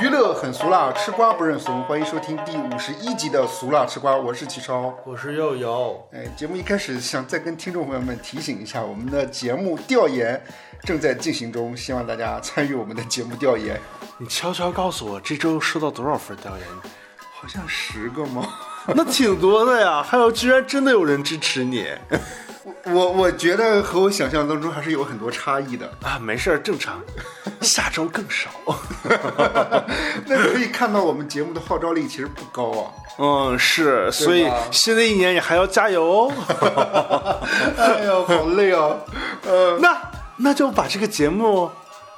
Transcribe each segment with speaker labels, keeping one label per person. Speaker 1: 娱乐很俗辣，吃瓜不认怂。欢迎收听第五十一集的《俗辣吃瓜》，我是齐超。
Speaker 2: 我是悠悠，
Speaker 1: 哎，节目一开始想再跟听众朋友们提醒一下，我们的节目调研正在进行中，希望大家参与我们的节目调研。
Speaker 2: 你悄悄告诉我这周收到多少份调 研？
Speaker 1: 好像十个吗？
Speaker 2: 那挺多的呀，还有居然真的有人支持你
Speaker 1: 我我我觉得和我想象当中还是有很多差异的。
Speaker 2: 啊！没事儿，正常。下周更少。
Speaker 1: 那可以看到我们节目的号召力其实不高啊。
Speaker 2: 嗯，是，所以新的一年你还要加油 哦。
Speaker 1: 哎呀，好累啊！呃，
Speaker 2: 那那就把这个节目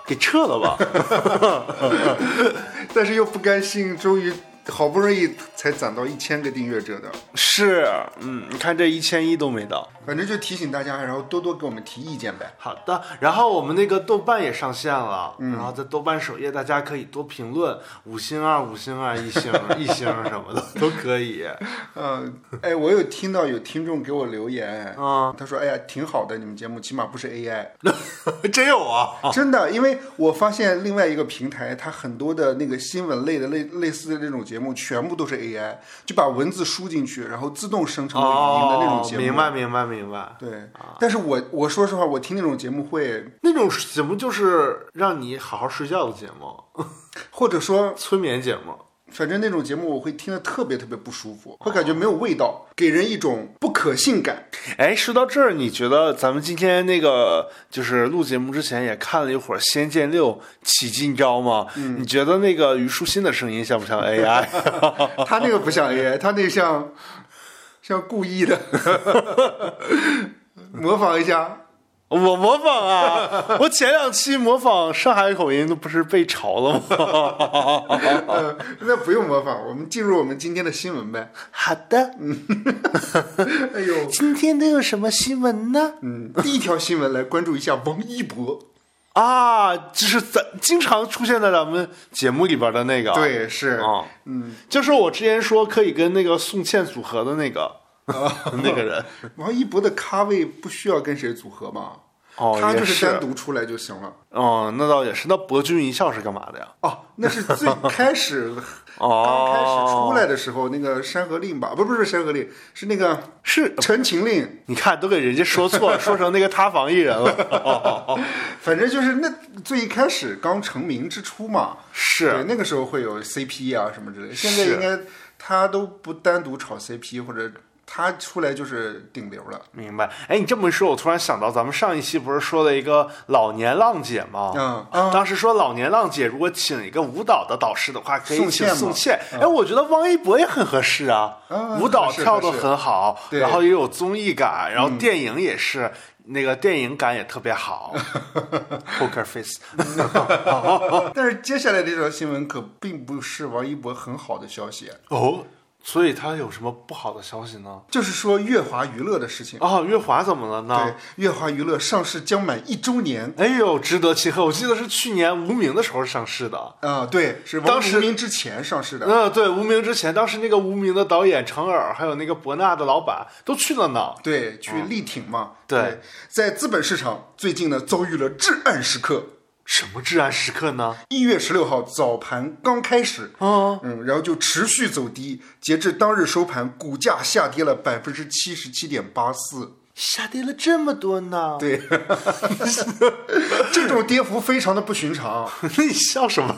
Speaker 2: 给撤了 吧。
Speaker 1: 但是又不甘心，终于好不容易才攒到一千个订阅者的。
Speaker 2: 是，嗯，你看这一千一都没到。
Speaker 1: 反正就提醒大家，然后多多给我们提意见呗。
Speaker 2: 好的，然后我们那个豆瓣也上线了，然后在豆瓣首页大家可以多评论五星二、五星二、一星、一星什么的都可以。
Speaker 1: 嗯、哎，我有听到有听众给我留言，
Speaker 2: 嗯，
Speaker 1: 他说：“哎呀，挺好的，你们节目起码不是 AI。
Speaker 2: 真有啊！
Speaker 1: 真的，因为我发现另外一个平台，它很多的那个新闻类的类类似的那种节目，全部都是 AI，就把文字输进去，然后自动生成为语音的那种节目。
Speaker 2: 哦明白啊明白明白。
Speaker 1: 对，但是我我说实话，我听那种节目会，
Speaker 2: 那种节目就是让你好好睡觉的节目，
Speaker 1: 或者说，
Speaker 2: 催眠节目。
Speaker 1: 反正那种节目我会听得特别特别不舒服，会感觉没有味道，给人一种不可信感。
Speaker 2: 哎，说到这儿，你觉得咱们今天那个就是录节目之前也看了一会儿《仙剑六奇迹招》吗？你觉得那个虞书欣的声音像不像 AI？
Speaker 1: 他那个不像 AI，他那个像像故意的， 模仿一下。
Speaker 2: 我模仿啊，我前两期模仿上海口音，那不是被嘲了吗？
Speaker 1: 呃，那不用模仿，我们进入我们今天的新闻呗。
Speaker 2: 好的，嗯
Speaker 1: 哎呦，
Speaker 2: 今天都有什么新闻呢？
Speaker 1: 嗯，第一条新闻来关注一下王一博。
Speaker 2: 啊，就是咱经常出现在咱们节目里边的那个，
Speaker 1: 对，是，
Speaker 2: 啊，嗯，就是我之前说可以跟那个宋茜组合的那 个那个人，
Speaker 1: 王一博的咖位不需要跟谁组合嘛，
Speaker 2: 哦，
Speaker 1: 他
Speaker 2: 也
Speaker 1: 就是单独出来就行了。
Speaker 2: 哦，那倒也是。那博君一笑是干嘛的呀？
Speaker 1: 哦，那是最开始刚开始出
Speaker 2: 哦，
Speaker 1: 来的时候，那个《山河令》吧？不，不是《山河令》，是那个
Speaker 2: 是
Speaker 1: 《陈情令》。
Speaker 2: 你看都给人家说错了，说成那个塌房艺人了。哦
Speaker 1: 反正就是那最一开始刚成名之初嘛，对，
Speaker 2: 是，
Speaker 1: 那个时候会有 CP 啊什么之类的。现在
Speaker 2: 啊是
Speaker 1: 应该他都不单独炒 CP，或者他出来就是顶流了。
Speaker 2: 明白。哎，你这么一说，我突然想到，咱们上一期不是说了一个老年浪姐吗？啊
Speaker 1: 嗯
Speaker 2: 当时说老年浪姐如果请一个舞蹈的导师的话，可以
Speaker 1: 宋
Speaker 2: 请
Speaker 1: 茜嘛
Speaker 2: 宋茜。哎，我觉得汪一博也很合适啊，
Speaker 1: 嗯
Speaker 2: 舞蹈
Speaker 1: 合适
Speaker 2: 跳得
Speaker 1: 合适
Speaker 2: 很好，
Speaker 1: 对嗯
Speaker 2: 然后也有综艺感，然后电影也是。那个电影感也特 别好，Poker Face，
Speaker 1: 哦但是接下来这条新闻可并不是王一博很好的消息，啊
Speaker 2: 哦，所以他有什么不好的消息呢？
Speaker 1: 就是说月华娱乐的事情。
Speaker 2: 哦，月华怎么了
Speaker 1: 对
Speaker 2: 呢？，
Speaker 1: 月华娱乐上市将满一周年
Speaker 2: 哎呦，值得庆贺！我记得是去年无名的时候上市的。
Speaker 1: 啊、对，是
Speaker 2: 当
Speaker 1: 王
Speaker 2: 时
Speaker 1: 无名之前上市的。
Speaker 2: 嗯，对，无名之前，当时那个无名的导演程耳，还有那个博纳的老板都去了呢。
Speaker 1: 对，去力挺嘛。
Speaker 2: 对
Speaker 1: 在资本市场最近呢遭遇了至暗时刻。
Speaker 2: 什么至暗时刻呢？
Speaker 1: 一月十六号早盘刚开始，
Speaker 2: 啊，
Speaker 1: 嗯，然后就持续走低，截至当日收盘，股价下跌了百分之七十七点八四。
Speaker 2: 下跌了这么多呢？
Speaker 1: 对， 这种跌幅非常的不寻常，
Speaker 2: 那你笑什么？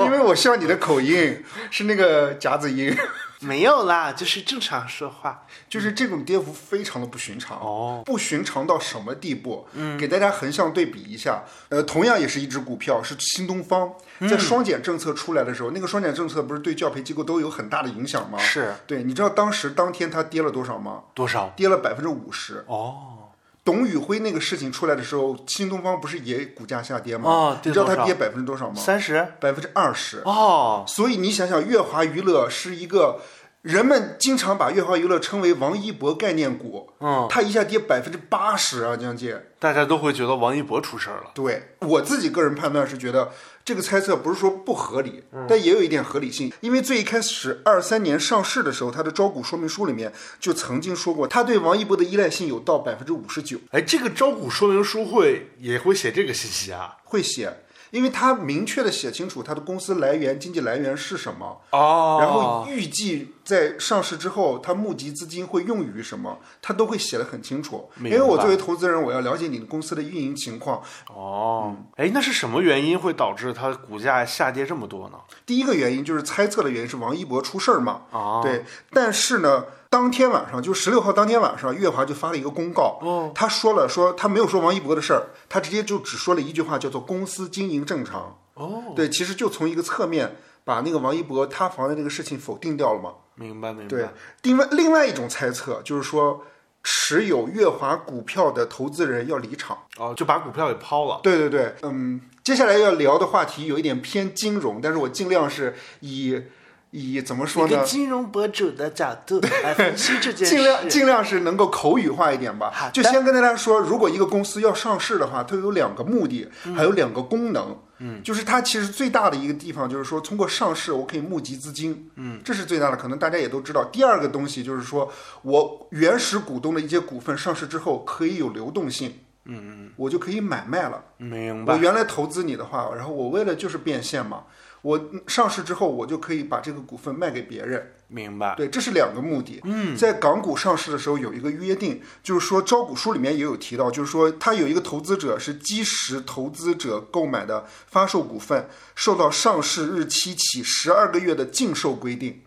Speaker 1: 因为我像你的口音是那个夹子音，
Speaker 2: 没有啦，就是正常说话。
Speaker 1: 就是这种跌幅非常的不寻常。
Speaker 2: 哦，
Speaker 1: 不寻常到什么地步？嗯，给大家横向对比一下。呃，同样也是一只股票，是新东方。
Speaker 2: 嗯
Speaker 1: 在双减政策出来的时候，那个双减政策不是对教培机构都有很大的影响吗？
Speaker 2: 是
Speaker 1: 对，你知道当时当天它跌了多少吗？
Speaker 2: 多少？
Speaker 1: 跌了百分之五十。
Speaker 2: 哦，
Speaker 1: 董宇辉那个事情出来的时候，新东方不是也股价下跌吗？
Speaker 2: 啊跌
Speaker 1: 你知道
Speaker 2: 多
Speaker 1: 它
Speaker 2: 少
Speaker 1: 跌百分之多少吗？
Speaker 2: 三十？
Speaker 1: 百分之二十。
Speaker 2: 哦，
Speaker 1: 所以你想想，月华娱乐是一个人们经常把月华娱乐称为王一博概念股，
Speaker 2: 嗯，
Speaker 1: 它一下跌百分之八十啊，将近。
Speaker 2: 大家都会觉得王一博出事儿了。
Speaker 1: 对我自己个人判断是觉得这个猜测不是说不合理，但也有一点合理性，因为最一开始二三年上市的时候，他的招股说明书里面就曾经说过，他对王一博的依赖性有到百分之五十九，
Speaker 2: 哎，这个招股说明书会也会写这个信息啊？
Speaker 1: 会写。因为他明确的写清楚他的公司来源、经济来源是什么，
Speaker 3: 哦，
Speaker 1: 然后预计在上市之后，他募集资金会用于什么，他都会写得很清楚。因
Speaker 3: 明白
Speaker 1: 为我作为投资人，我要了解你的公司的运营情况。
Speaker 3: 哦，哎，那是什么原因会导致它股价下跌这么多呢？
Speaker 1: 第一个原因就是猜测的原因是王一博出事儿嘛，
Speaker 3: 啊，
Speaker 1: 对。但是呢，当天晚上就十六号当天晚上，月华就发了一个公告，
Speaker 3: 哦，
Speaker 1: 他说了说他没有说王一博的事儿，他直接就只说了一句话，叫做公司经营正常。
Speaker 3: 哦，
Speaker 1: 对，其实就从一个侧面把那个王一博塌房的这个事情否定掉了嘛。
Speaker 3: 明白明
Speaker 1: 对
Speaker 3: 白，，
Speaker 1: 另外另外一种猜测就是说，持有月华股票的投资人要离场。
Speaker 3: 哦，就把股票给抛了。
Speaker 1: 对对对，嗯，接下来要聊的话题有一点偏金融，但是我尽量是以以怎么说
Speaker 4: 一个
Speaker 1: 呢？
Speaker 4: 金融博主的角 度来分析这件事，
Speaker 1: 尽量尽量是能够口语化一点
Speaker 4: 好
Speaker 1: 吧
Speaker 4: 的。
Speaker 1: 就先跟大家说，如果一个公司要上市的话，它有两个目的，还有两个功能。嗯，就是它其实最大的一个地方就是说，通过上市我可以募集资金。嗯，这是最大的，可能大家也都知道。第二个东西就是说我原始股东的一些股份上市之后可以有流动性。嗯嗯，我就可以买卖了。
Speaker 3: 明
Speaker 1: 我
Speaker 3: 白，
Speaker 1: 原来投资你的话，然后我为了就是变现嘛，我上市之后我就可以把这个股份卖给别人。
Speaker 3: 明白，
Speaker 1: 对，这是两个目的。嗯，在港股上市的时候有一个约定，就是说招股书里面也有提到，就是说它有一个投资者是基石投资者购买的发售股份，受到上市日期起十二个月的禁售规定。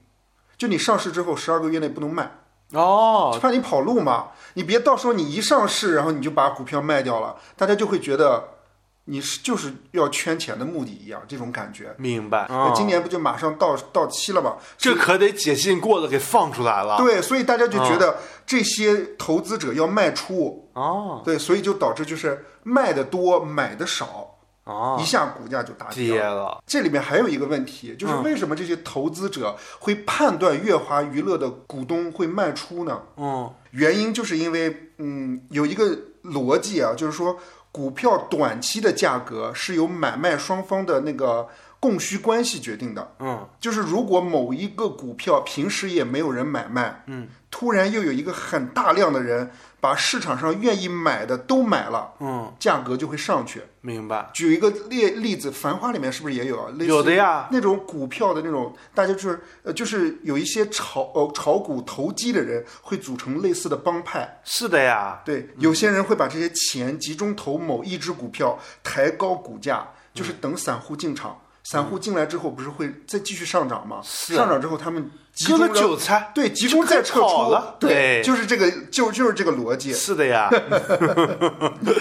Speaker 1: 就你上市之后十二个月内不能卖，
Speaker 3: 哦，
Speaker 1: 怕你跑路嘛。你别到时候你一上市，然后你就把股票卖掉了，大家就会觉得你是就是要圈钱的目的一样，这种感觉。
Speaker 3: 明白。
Speaker 1: 那
Speaker 2: 哦
Speaker 3: 啊，
Speaker 1: 今年不就马上到到期了吗？
Speaker 3: 这可得解禁过的给放出来
Speaker 2: 啊
Speaker 3: 了。
Speaker 1: 对，所以大家就觉得这些投资者要卖出，
Speaker 3: 哦
Speaker 1: 对，所以就导致就是卖的多，买的少，
Speaker 3: 哦，
Speaker 1: 一下股价就打
Speaker 3: 跌
Speaker 1: 跌了。
Speaker 3: 了。
Speaker 1: 这里面还有一个问题，
Speaker 3: 嗯
Speaker 1: 就是为什么这些投资者会判断月华娱乐的股东会卖出呢？
Speaker 3: 嗯，
Speaker 1: 原因就是因为，嗯，有一个逻辑啊，就是说股票短期的价格是由买卖双方的那个供需关系决定的。
Speaker 3: 嗯，
Speaker 1: 就是如果某一个股票平时也没有人买卖，嗯，突然又有一个很大量的人把市场上愿意买的都买了，
Speaker 3: 嗯，
Speaker 1: 价格就会上去。
Speaker 3: 明白。
Speaker 1: 啊举一个例例子，《繁花》里面是不是也有啊？类似
Speaker 3: 有的呀。
Speaker 1: 那种股票的那种，大家就是呃，就是有一些炒呃炒股投机的人会组成类似的帮派。
Speaker 3: 是的呀。
Speaker 1: 对，有些人会把这些钱集中投某一只股票，抬高股价，就是
Speaker 3: 嗯
Speaker 1: 等散户进场。散户进来之后，不是会再继续上涨吗？
Speaker 3: 是
Speaker 1: 上涨之后，他们集
Speaker 3: 割
Speaker 1: 中
Speaker 3: 个
Speaker 1: 然后
Speaker 3: 韭菜。
Speaker 1: 对集中再撤
Speaker 3: 就可以跑
Speaker 1: 出
Speaker 3: 了对
Speaker 1: 就是这个就就是这个逻辑。
Speaker 3: 是的 呀。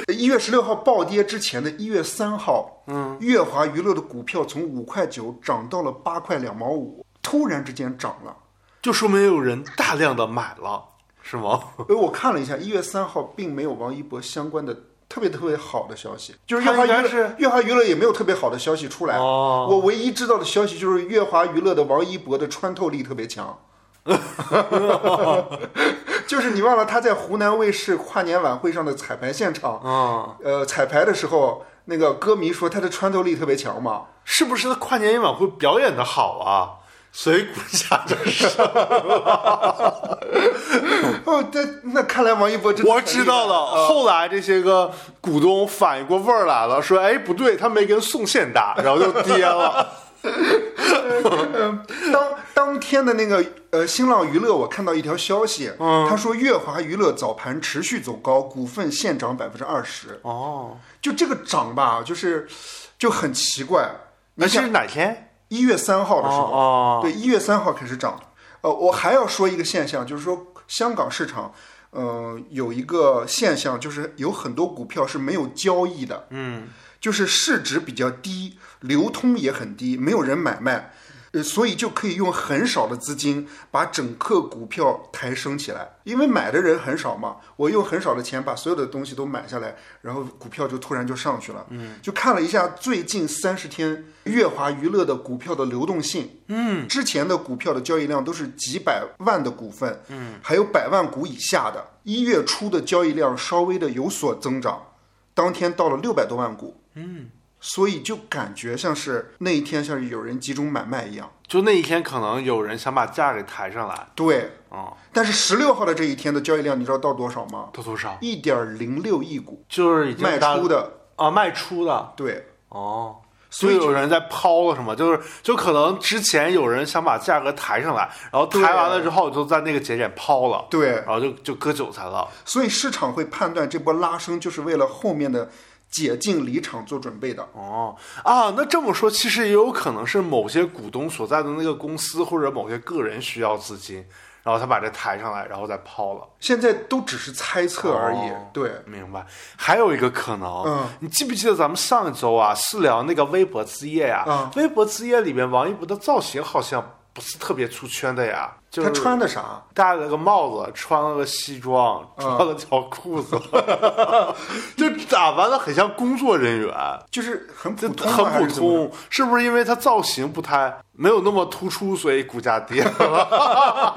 Speaker 1: 一月十六号暴跌之前的一月三号，嗯，月华娱乐的股票从五块九涨到了八块两毛五，突然之间涨了。
Speaker 3: 就说明有人大量的买了，是吗？
Speaker 1: 而哎我看了一下，一月三号并没有王一博相关的特别特别好的消息，就是月华娱
Speaker 3: 他应该
Speaker 1: 乐
Speaker 3: 是
Speaker 1: 月华娱乐也没有特别好的消息出来。
Speaker 3: 哦
Speaker 1: 我唯一知道的消息就是月华娱乐的王一博的穿透力特别 强。就是你忘了他在湖南卫视跨年晚会上的彩排现场，
Speaker 3: 嗯，
Speaker 1: 呃，彩排的时候，那个歌迷说他的穿透力特别强嘛，
Speaker 3: 是不是他跨年晚会表演的好啊？所以股价就
Speaker 1: 哦，这那看来王一博真的
Speaker 3: 我知道
Speaker 2: 嗯
Speaker 3: 了。后来这些个股东反应过味儿来了，说：“哎，不对，他没跟宋宪搭，然后就跌 了。
Speaker 1: 当当天的那个呃，新浪娱乐，我看到一条消息，他说月华娱乐早盘持续走高，股份现涨百分之二十”。
Speaker 3: 哦，
Speaker 1: 就这个涨吧，就是就很奇怪。
Speaker 3: 那
Speaker 1: 你
Speaker 3: 这
Speaker 1: 想
Speaker 3: 是哪天？
Speaker 1: 一月三号的时候，
Speaker 3: 哦
Speaker 1: 对，一月三号开始涨。呃，我还要说一个现象，就是说香港市场，嗯、有一个现象就是有很多股票是没有交易的，嗯，就是市值比较低，流通也很低，没有人买卖，呃，所以就可以用很少的资金把整个股票抬升起来，因为买的人很少嘛，我用很少的钱把所有的东西都买下来，然后股票就突然就上去了，嗯，就看了一下最近三十天月华娱乐的股票的流动性，之前的股票的交易量都是几百万的股份，嗯，还有百万股以下的。一月初的交易量稍微的有所增长，当天到了六百多万股，嗯，所以就感觉像是那一天像是有人集中买卖一样。
Speaker 3: 就那一天，可能有人想把价给抬上来。
Speaker 1: 对，
Speaker 3: 哦，
Speaker 1: 但是十六号的这一天的交易量，你知道到多少吗？
Speaker 3: 到多少？
Speaker 1: 一点零六亿股
Speaker 3: 就是已经
Speaker 1: 卖
Speaker 3: 大
Speaker 1: 出的，
Speaker 3: 啊，卖出的。
Speaker 1: 对，
Speaker 3: 哦，
Speaker 2: 所以有人在抛了什么，就是就可能之前有人想把价格抬上来，然后抬完了之后就在那个节点抛了，
Speaker 1: 对，
Speaker 2: 然后就就割韭菜了。
Speaker 1: 所以市场会判断这波拉升就是为了后面的解禁离场做准备的。
Speaker 2: 哦啊，那这么说，其实也有可能是某些股东所在的那个公司或者某些个人需要资金，然后他把这抬上来，然后再抛了。
Speaker 1: 现在都只是猜测而已。
Speaker 2: 哦
Speaker 1: 对，
Speaker 2: 明白。还有一个可能，
Speaker 1: 嗯
Speaker 2: 你记不记得咱们上一周啊是聊那个微博之夜呀、
Speaker 1: 嗯
Speaker 2: 微博之夜里面王一博的造型好像不是特别出圈的呀，就是
Speaker 1: 他穿的啥？
Speaker 2: 戴了个帽子，穿了个西装，
Speaker 1: 嗯
Speaker 2: 穿了条裤子， 就打扮的很像工作人员，
Speaker 1: 就是很
Speaker 2: 这
Speaker 1: 普通吗，
Speaker 2: 很普
Speaker 1: 还是怎么着。
Speaker 2: 通。是不是因为他造型不太没有那么突出，所以股价 跌了？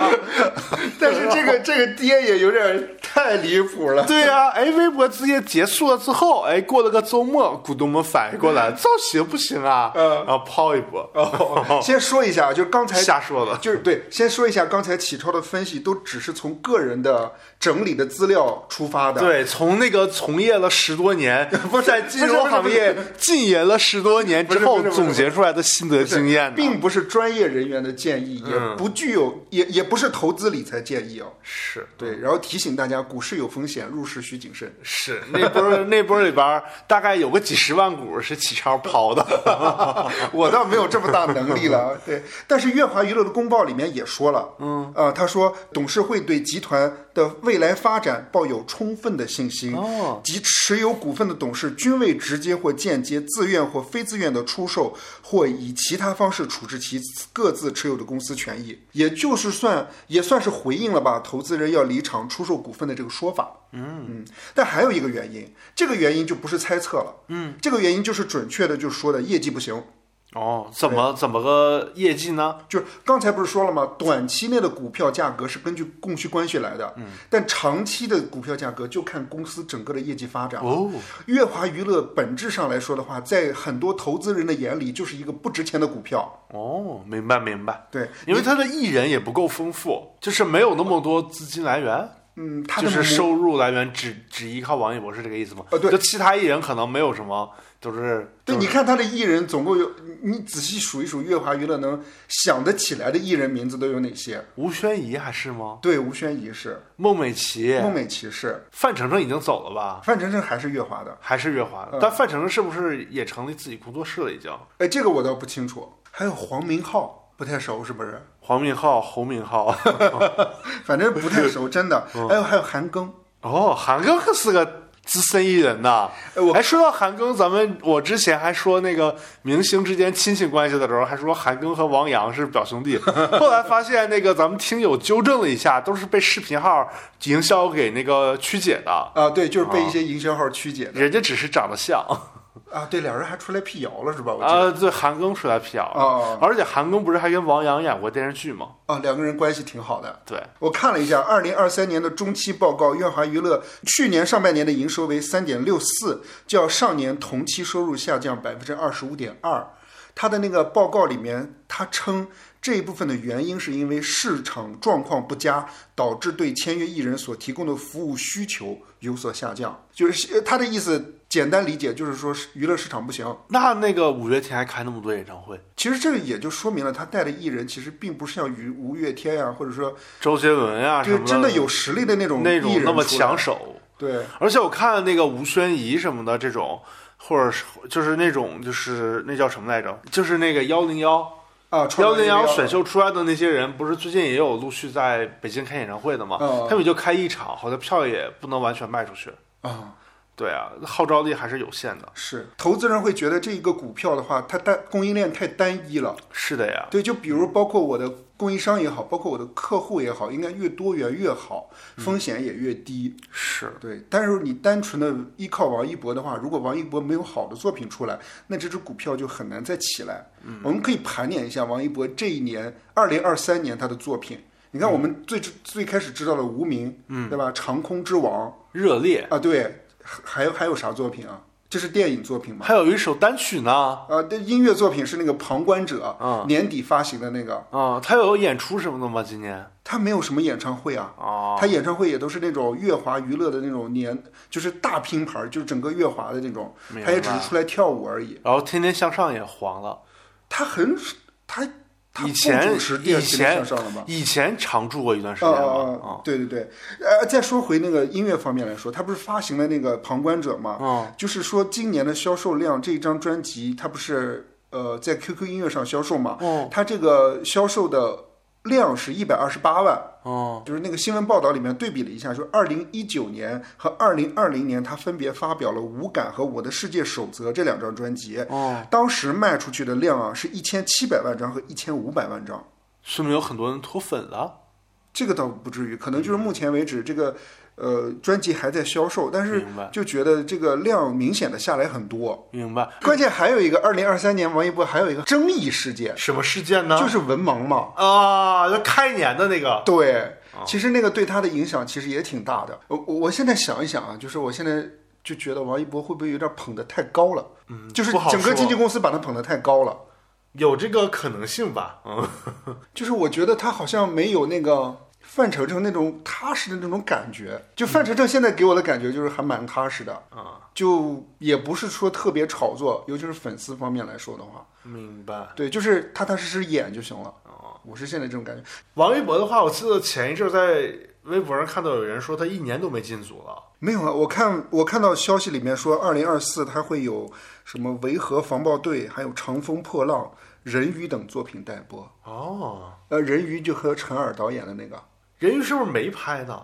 Speaker 1: 但是这个这个跌也有点太离谱了。
Speaker 2: 对呀、哎，微博之夜结束了之后，哎，过了个周末，股东们反应 过来，造型不行啊，
Speaker 1: 嗯
Speaker 2: 然后抛一波，
Speaker 1: 先说一下，就是刚才
Speaker 2: 瞎说的。
Speaker 1: 就是对，先说一下刚才启超的分析，都只是从个人的整理的资料出发的。
Speaker 2: 对，从那个从业了十 多年，不在金融行业禁言了十多年之后
Speaker 1: 不是不是不是
Speaker 2: 总结出来的嗯心得经验呢，
Speaker 1: 并不是专业人员的建议，也不具有，也也不是投资理财建议哦。
Speaker 2: 是
Speaker 1: 对，然后提醒大家，股市有风险，入市需谨慎。
Speaker 2: 是那波儿那波儿里边儿大概有个几十万股是启超抛 的，
Speaker 1: 我倒没有这么大能力 了，对。但是月华娱乐的公报里面也说了，嗯，啊，他说董事会对集团的未来发展抱有充分的信心，
Speaker 2: 哦，
Speaker 1: 及持有股份的董事均未直接或间接、自愿或非自愿的出售或以其他方式处置其各自持有的公司权益，也就是算也算是回应了吧，投资人要离场出售股份的这个说法。嗯，但还有一个原因，这个原因就不是猜测了，嗯，这个原因就是准确的，就是说的业绩不行，
Speaker 2: 哦，怎么怎么个业绩呢？
Speaker 1: 就是刚才不是说了吗？短期内的股票价格是根据供需关系来的，嗯，但长期的股票价格就看公司整个的业绩发展。
Speaker 2: 哦，
Speaker 1: 月华娱乐本质上来说的话，在很多投资人的眼里就是一个不值钱的股票。
Speaker 2: 哦，明白明白，
Speaker 1: 对，
Speaker 2: 因为他的艺人也不够丰富，就是没有那么多资金来源，
Speaker 1: 嗯，他
Speaker 2: 就
Speaker 1: 的
Speaker 2: 是
Speaker 1: 母
Speaker 2: 收入来源只只依靠王一博是这个意思吗？
Speaker 1: 呃对
Speaker 2: 就其他艺人可能没有什么，都是
Speaker 1: 对，
Speaker 2: 都
Speaker 1: 你
Speaker 2: 是
Speaker 1: 看他的艺人总共有，你你仔细数一数，月华娱乐能想得起来的艺人名字都有哪些？
Speaker 2: 吴宣仪还是吗？
Speaker 1: 对，吴宣仪是，
Speaker 2: 孟美岐、
Speaker 1: 孟美岐是，
Speaker 2: 范丞丞已经走了吧？
Speaker 1: 范丞丞还是月华的？
Speaker 2: 还是月华？但范丞丞是不是也成立自己工作室了？已经？
Speaker 1: 哎，这个我倒不清楚。还有黄明昊，不太熟是不是？
Speaker 2: 黄明昊、侯明昊，
Speaker 1: 反正不太熟，真的。还有还有韩庚，
Speaker 2: 哦，韩庚可是个资深艺人呐。
Speaker 1: 哎我
Speaker 2: 哎，说到韩庚，咱们我之前还说那个明星之间亲戚关系的时候，还说韩庚和王阳是表 兄弟。后来发现那个咱们听友纠正了一下，都是被视频号营销给那个曲解的，
Speaker 1: 啊，对，就是被一些营销号曲解的
Speaker 2: 人家只是长得像。
Speaker 1: 啊。对，俩人还出来辟谣了是吧？我记得
Speaker 2: 啊，对，韩庚出来辟谣
Speaker 1: 哦
Speaker 2: 了，而且韩庚不是还跟王阳演过电视剧吗？
Speaker 1: 啊，两个人关系挺好的。
Speaker 2: 对，
Speaker 1: 我看了一下，二零二三年的中期报告，月华娱乐去年上半年的营收为三点六四，较上年同期收入下降百分之二十五点二。它的那个报告里面，它称这一部分的原因是因为市场状况不佳，导致对签约艺人所提供的服务需求有所下降。就是呃他的意思，简单理解就是说是娱乐市场不行。
Speaker 2: 那那个五月天还开那么多演唱会，
Speaker 1: 其实这个也就说明了，他带的艺人其实并不是像于吴月天呀、或者说
Speaker 2: 周杰伦啊什
Speaker 1: 就
Speaker 2: 么
Speaker 1: 是真的有实力的那种
Speaker 2: 那
Speaker 1: 艺
Speaker 2: 种
Speaker 1: 人
Speaker 2: 那么
Speaker 1: 出来
Speaker 2: 抢手，
Speaker 1: 对，
Speaker 2: 而且我看那个吴宣仪什么的这种，或者是就是那种就是那叫什么来着？就是那个幺零幺
Speaker 1: 啊，
Speaker 2: 幺零
Speaker 1: 幺
Speaker 2: 幺选秀出来的那些人，不是最近也有陆续在北京开演唱会的嘛？
Speaker 1: 嗯
Speaker 2: 他们也就开一场，好像票也不能完全卖出去。
Speaker 1: 啊，
Speaker 2: 对啊，号召力还是有限的。
Speaker 1: 是投资人会觉得这一个股票的话，它单供应链太单一了。
Speaker 2: 是的呀，
Speaker 1: 对，就比如包括我的供应商也好，包括我的客户也好，应该越多元越好，风险也越低。
Speaker 2: 是
Speaker 1: 对，但是你单纯的依靠王一博的话，如果王一博没有好的作品出来，那这只股票就很难再起来。我们可以盘点一下王一博这一年，二零二三年他的作品。你看，我们最、最开始知道的《无名》，嗯，对吧？《长空之王
Speaker 2: 热烈》
Speaker 1: 啊，对，还还有还有啥作品啊？这是电影作品嘛？
Speaker 2: 还有一首单曲呢，
Speaker 1: 啊，这音乐作品是那个《旁观者》年底发行的那个，
Speaker 2: 啊，他有演出什么的吗？今年
Speaker 1: 他没有什么演唱会啊，
Speaker 2: 哦，
Speaker 1: 他演唱会也都是那种乐华娱乐的那种年，就是大拼盘儿，就是整个乐华的那种
Speaker 2: 明，白
Speaker 1: 他也只是出来跳舞而已。
Speaker 2: 然后《天天向上》也黄了，
Speaker 1: 他很他他
Speaker 2: 以
Speaker 1: 不
Speaker 2: 前
Speaker 1: 主持电
Speaker 2: 以
Speaker 1: 视向
Speaker 2: 前
Speaker 1: 上了吗？
Speaker 2: 以前常驻过一段时
Speaker 1: 啊
Speaker 2: 间吧，
Speaker 1: 啊
Speaker 2: 啊、
Speaker 1: 啊！对对对，呃，再说回那个音乐方面来说，他不是发行了那个《旁观者》吗？
Speaker 2: 嗯
Speaker 1: 就是说今年的销售量，这一张专辑它不是呃在 QQ 音乐上销售嘛？
Speaker 2: 哦
Speaker 1: 它这个销售的量是一百二十八万，
Speaker 2: 哦，
Speaker 1: 就是那个新闻报道里面对比了一下，就二零一九年和二零二零年，它分别发表了《无感》和《我的世界守则》这两张专辑，
Speaker 2: 哦，
Speaker 1: 当时卖出去的量啊是一千七百万张和一千五百万张。
Speaker 2: 说明有很多人脱粉了。
Speaker 1: 这个倒不至于，可能
Speaker 2: 嗯
Speaker 1: 就是目前为止这个呃专辑还在销售，但是
Speaker 2: 明白
Speaker 1: 就觉得这个量明显的下来很多。
Speaker 2: 明白
Speaker 1: 关键还有一个，二零二三年王一博还有一个争议事件，
Speaker 2: 什么事件呢？
Speaker 1: 就是文盲嘛。
Speaker 2: 啊，就开年的那个，
Speaker 1: 对，
Speaker 2: 哦
Speaker 1: 其实那个对他的影响其实也挺大的。我我我现在想一想啊，就是我现在就觉得王一博会不会有点捧得太高了？嗯，就是
Speaker 2: 不好
Speaker 1: 整个
Speaker 2: 说
Speaker 1: 经纪公司把他捧得太高了。
Speaker 2: 有这个可能性吧？嗯，
Speaker 1: 就是我觉得他好像没有那个范丞丞那种踏实的那种感觉。就范丞丞现在给我的感觉就是还蛮踏实的
Speaker 2: 啊，
Speaker 1: 就也不是说特别炒作，尤其是粉丝方面来说的话，
Speaker 2: 明白。
Speaker 1: 对，就是踏踏实实演就行了。我是现在这种感觉。
Speaker 2: 王一博的话，我记得前一阵儿在微博上看到有人说他一年都没进组了。
Speaker 1: 没有啊，我看我看到消息里面说，二零二四他会有什么维和防暴队，还有长风破浪、人鱼等作品待播。
Speaker 2: 哦，
Speaker 1: 呃，人鱼就和陈耳导演的那个，
Speaker 2: 人鱼是不是没拍呢？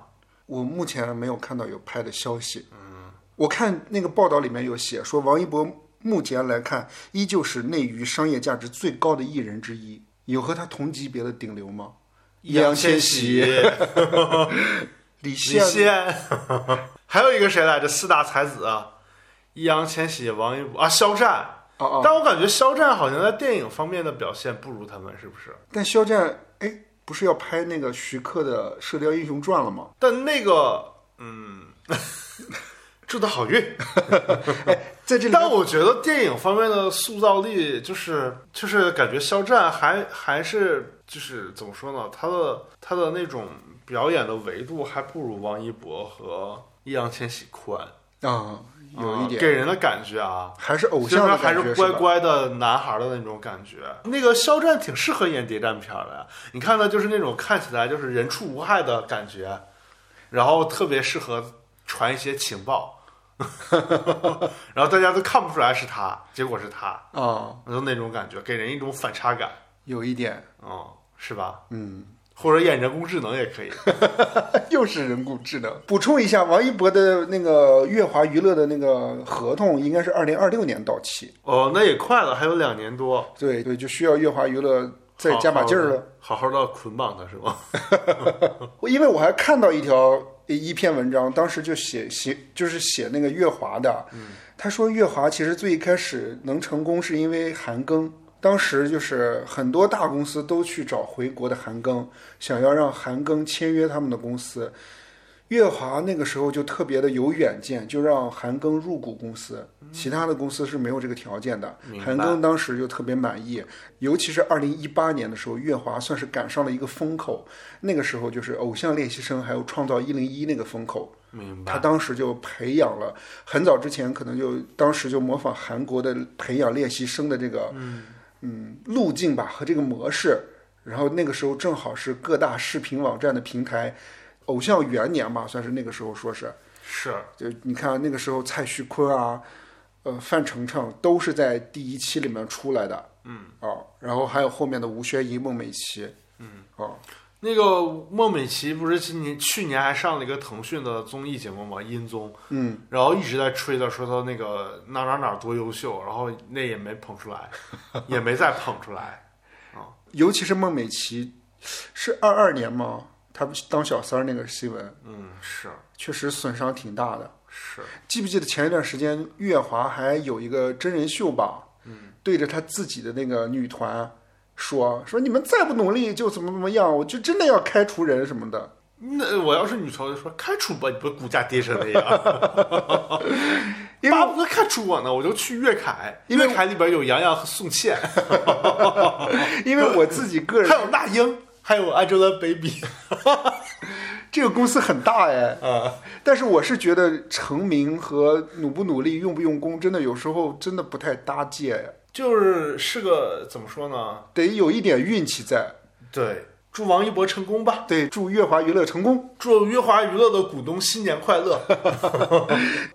Speaker 1: 我目前没有看到有拍的消息。嗯，我看那个报道里面有写说，王一博目前来看依旧是内娱商业价值最高的艺人之一。有和他同级别的顶流吗？易烊千玺、李
Speaker 2: 李
Speaker 1: 现、
Speaker 2: 现，还有一个谁来着？四大才子啊，易烊千玺、王一博啊，肖战。
Speaker 1: 哦哦，
Speaker 2: 但我感觉肖战好像在电影方面的表现不如他们，是不是？
Speaker 1: 但肖战哎，不是要拍那个徐克的《射雕英雄传》了吗？
Speaker 2: 但那个，嗯， 祝他好运。
Speaker 1: 在这里面
Speaker 2: 但我觉得电影方面的塑造力，就是就是感觉肖战还还是就是怎么说呢？他的他的那种表演的维度还不如王一博和易烊千玺宽，
Speaker 1: 啊，有一
Speaker 2: 啊
Speaker 1: 点、
Speaker 2: 给人的感觉啊。
Speaker 1: 还是偶
Speaker 2: 虽
Speaker 1: 像的
Speaker 2: 然
Speaker 1: 感
Speaker 2: 还
Speaker 1: 觉
Speaker 2: 是
Speaker 1: 吧
Speaker 2: 乖乖的男孩的那种感觉，那个肖战挺适合演谍战片的呀。你看他就是那种看起来就是人畜无害的感觉，然后特别适合传一些情报， 然后大家都看不出来是他，结果是他，
Speaker 1: 啊，
Speaker 2: 就那种感觉，给人一种反差感，
Speaker 1: 有一点，
Speaker 2: 嗯，是吧？
Speaker 1: 嗯，
Speaker 2: 或者演人工智能也可以，
Speaker 1: 又是人工智能。补充一下，王一博的那个乐华娱乐的那个合同应该是二零二六年到期，
Speaker 2: 哦，那也快了，还有两年多，
Speaker 1: 对对，就需要乐华娱乐再加把劲儿了。
Speaker 2: 好好的捆绑他是吗？
Speaker 1: 我因为我还看到一条一篇文章，当时就写写就是写那个乐华的，啊他说乐华其实最一开始能成功是因为韩庚，当时就是很多大公司都去找回国的韩庚，想要让韩庚签约他们的公司。乐华那个时候就特别的有远见，就让韩庚入股公司，其他的公司是没有这个条件的
Speaker 2: 明。白
Speaker 1: 韩庚当时就特别满意，尤其是二零一八年的时候，乐华算是赶上了一个风口，那个时候就是《偶像练习生》还有《创造一零一》那个风口，
Speaker 2: 明
Speaker 1: 他
Speaker 2: 白，
Speaker 1: 当时就培养了，很早之前可能就当时就模仿韩国的培养练习生的这个嗯路径吧和这个模式，然后那个时候正好是各大视频网站的平台偶像元年吧，算是那个时候说是，
Speaker 2: 是
Speaker 1: 就你看那个时候蔡徐坤啊，呃范丞丞都是在第一期里面出来的，嗯哦，然后还有后面的吴宣仪、孟美岐，嗯哦
Speaker 2: 那个孟美岐不是今年去年还上了一个腾讯的综艺节目嘛，《音综》，
Speaker 1: 嗯，
Speaker 2: 然后一直在吹的说她那个哪哪哪多优秀，然后那也没捧出 来，也没再捧出来。
Speaker 1: 尤其是孟美岐，是二二年吗？她当小三儿那个新闻，
Speaker 2: 嗯，是
Speaker 1: 确实损伤挺大的。
Speaker 2: 是，
Speaker 1: 记不记得前一段时间月华还有一个真人秀吧？嗯，对着她自己的那个女团说说你们再不努力就怎么怎么样，我就真的要开除人什么的。
Speaker 2: 那我要是女朋友就说开除吧，你不是股价跌成那样。
Speaker 1: 因为
Speaker 2: 巴不得看出我呢，我就去粤凯，
Speaker 1: 因为
Speaker 2: 粤凯里边有杨洋和宋茜，
Speaker 1: 因为我自己个人
Speaker 2: 还有那英，还有 Angelababy
Speaker 1: 这个公司很大哎，
Speaker 2: 啊，
Speaker 1: 但是我是觉得成名和努不努力、用不用功，真的有时候真的不太搭界哎，
Speaker 2: 就是是个怎么说呢？
Speaker 1: 得有一点运气在。
Speaker 2: 对，祝王一博成功吧，
Speaker 1: 对，祝月华娱乐成功。
Speaker 2: 祝约华娱乐的股东新年快 乐。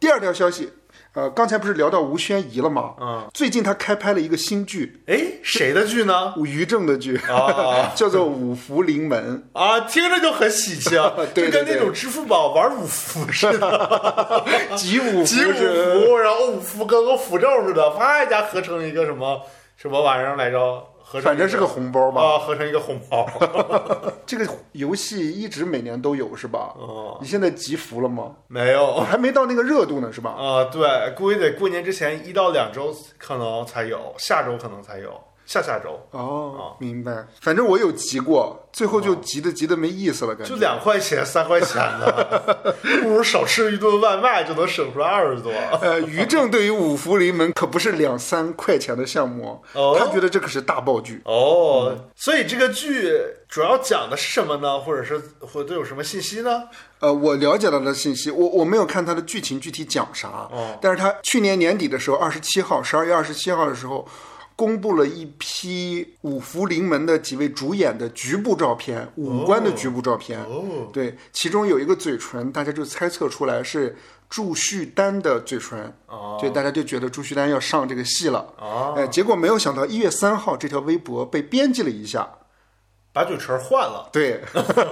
Speaker 1: 第二条消息，呃，刚才不是聊到吴宣仪了吗？
Speaker 2: 嗯，
Speaker 1: 最近她开拍了一个新剧，
Speaker 2: 哎，谁的剧呢？
Speaker 1: 于正的剧，
Speaker 2: 啊
Speaker 1: 叫做《五福临门》。，
Speaker 2: 啊，听着就很喜庆就
Speaker 1: 对对
Speaker 2: 跟那
Speaker 1: 对
Speaker 2: 种支付宝玩五福似 的，
Speaker 1: 集五
Speaker 2: 集五
Speaker 1: 福是
Speaker 2: 福，然后五福跟个符咒似的，啪一下合成一个什么什么玩意儿来着？合成一
Speaker 1: 反正是个红包吧。
Speaker 2: 啊，合成一个红包。
Speaker 1: 这个游戏一直每年都有是吧？
Speaker 2: 哦，
Speaker 1: 你现在集福了吗？
Speaker 2: 没有
Speaker 1: 还没到那个热度呢是吧？
Speaker 2: 啊，对，估计得过年之前一到两周可能才有，下周可能才有，下下周
Speaker 1: 哦，
Speaker 2: 啊
Speaker 1: 明白。反正我有集过，最后就集的集的没意思了，感
Speaker 2: 就
Speaker 1: 觉。
Speaker 2: 两块钱、三块钱 的，不如少吃一顿外卖就能省出来二十多。
Speaker 1: 呃，于正对于五福临门可不是两三块钱的项目，
Speaker 2: 哦
Speaker 1: 他觉得这可是大爆剧。
Speaker 2: 哦，所以这个剧主要讲的是什么呢？或者是或者有什么信息呢？
Speaker 1: 呃，我了解到的信息，我我没有看他的剧情具体讲啥，
Speaker 2: 哦
Speaker 1: 但是他去年年底的时候，二十七号，十二月二十七号的时候，公布了一批五福临门的几位主演的局部照片，五官的局部照片。
Speaker 2: 哦，
Speaker 1: 对，其中有一个嘴唇，大家就猜测出来是祝绪丹的嘴唇，
Speaker 2: 哦
Speaker 1: 对，大家就觉得祝绪丹要上这个戏了。
Speaker 2: 啊，
Speaker 1: 哎，结果没有想到，一月三号这条微博被编辑了一下，
Speaker 2: 把嘴唇换了
Speaker 1: 对，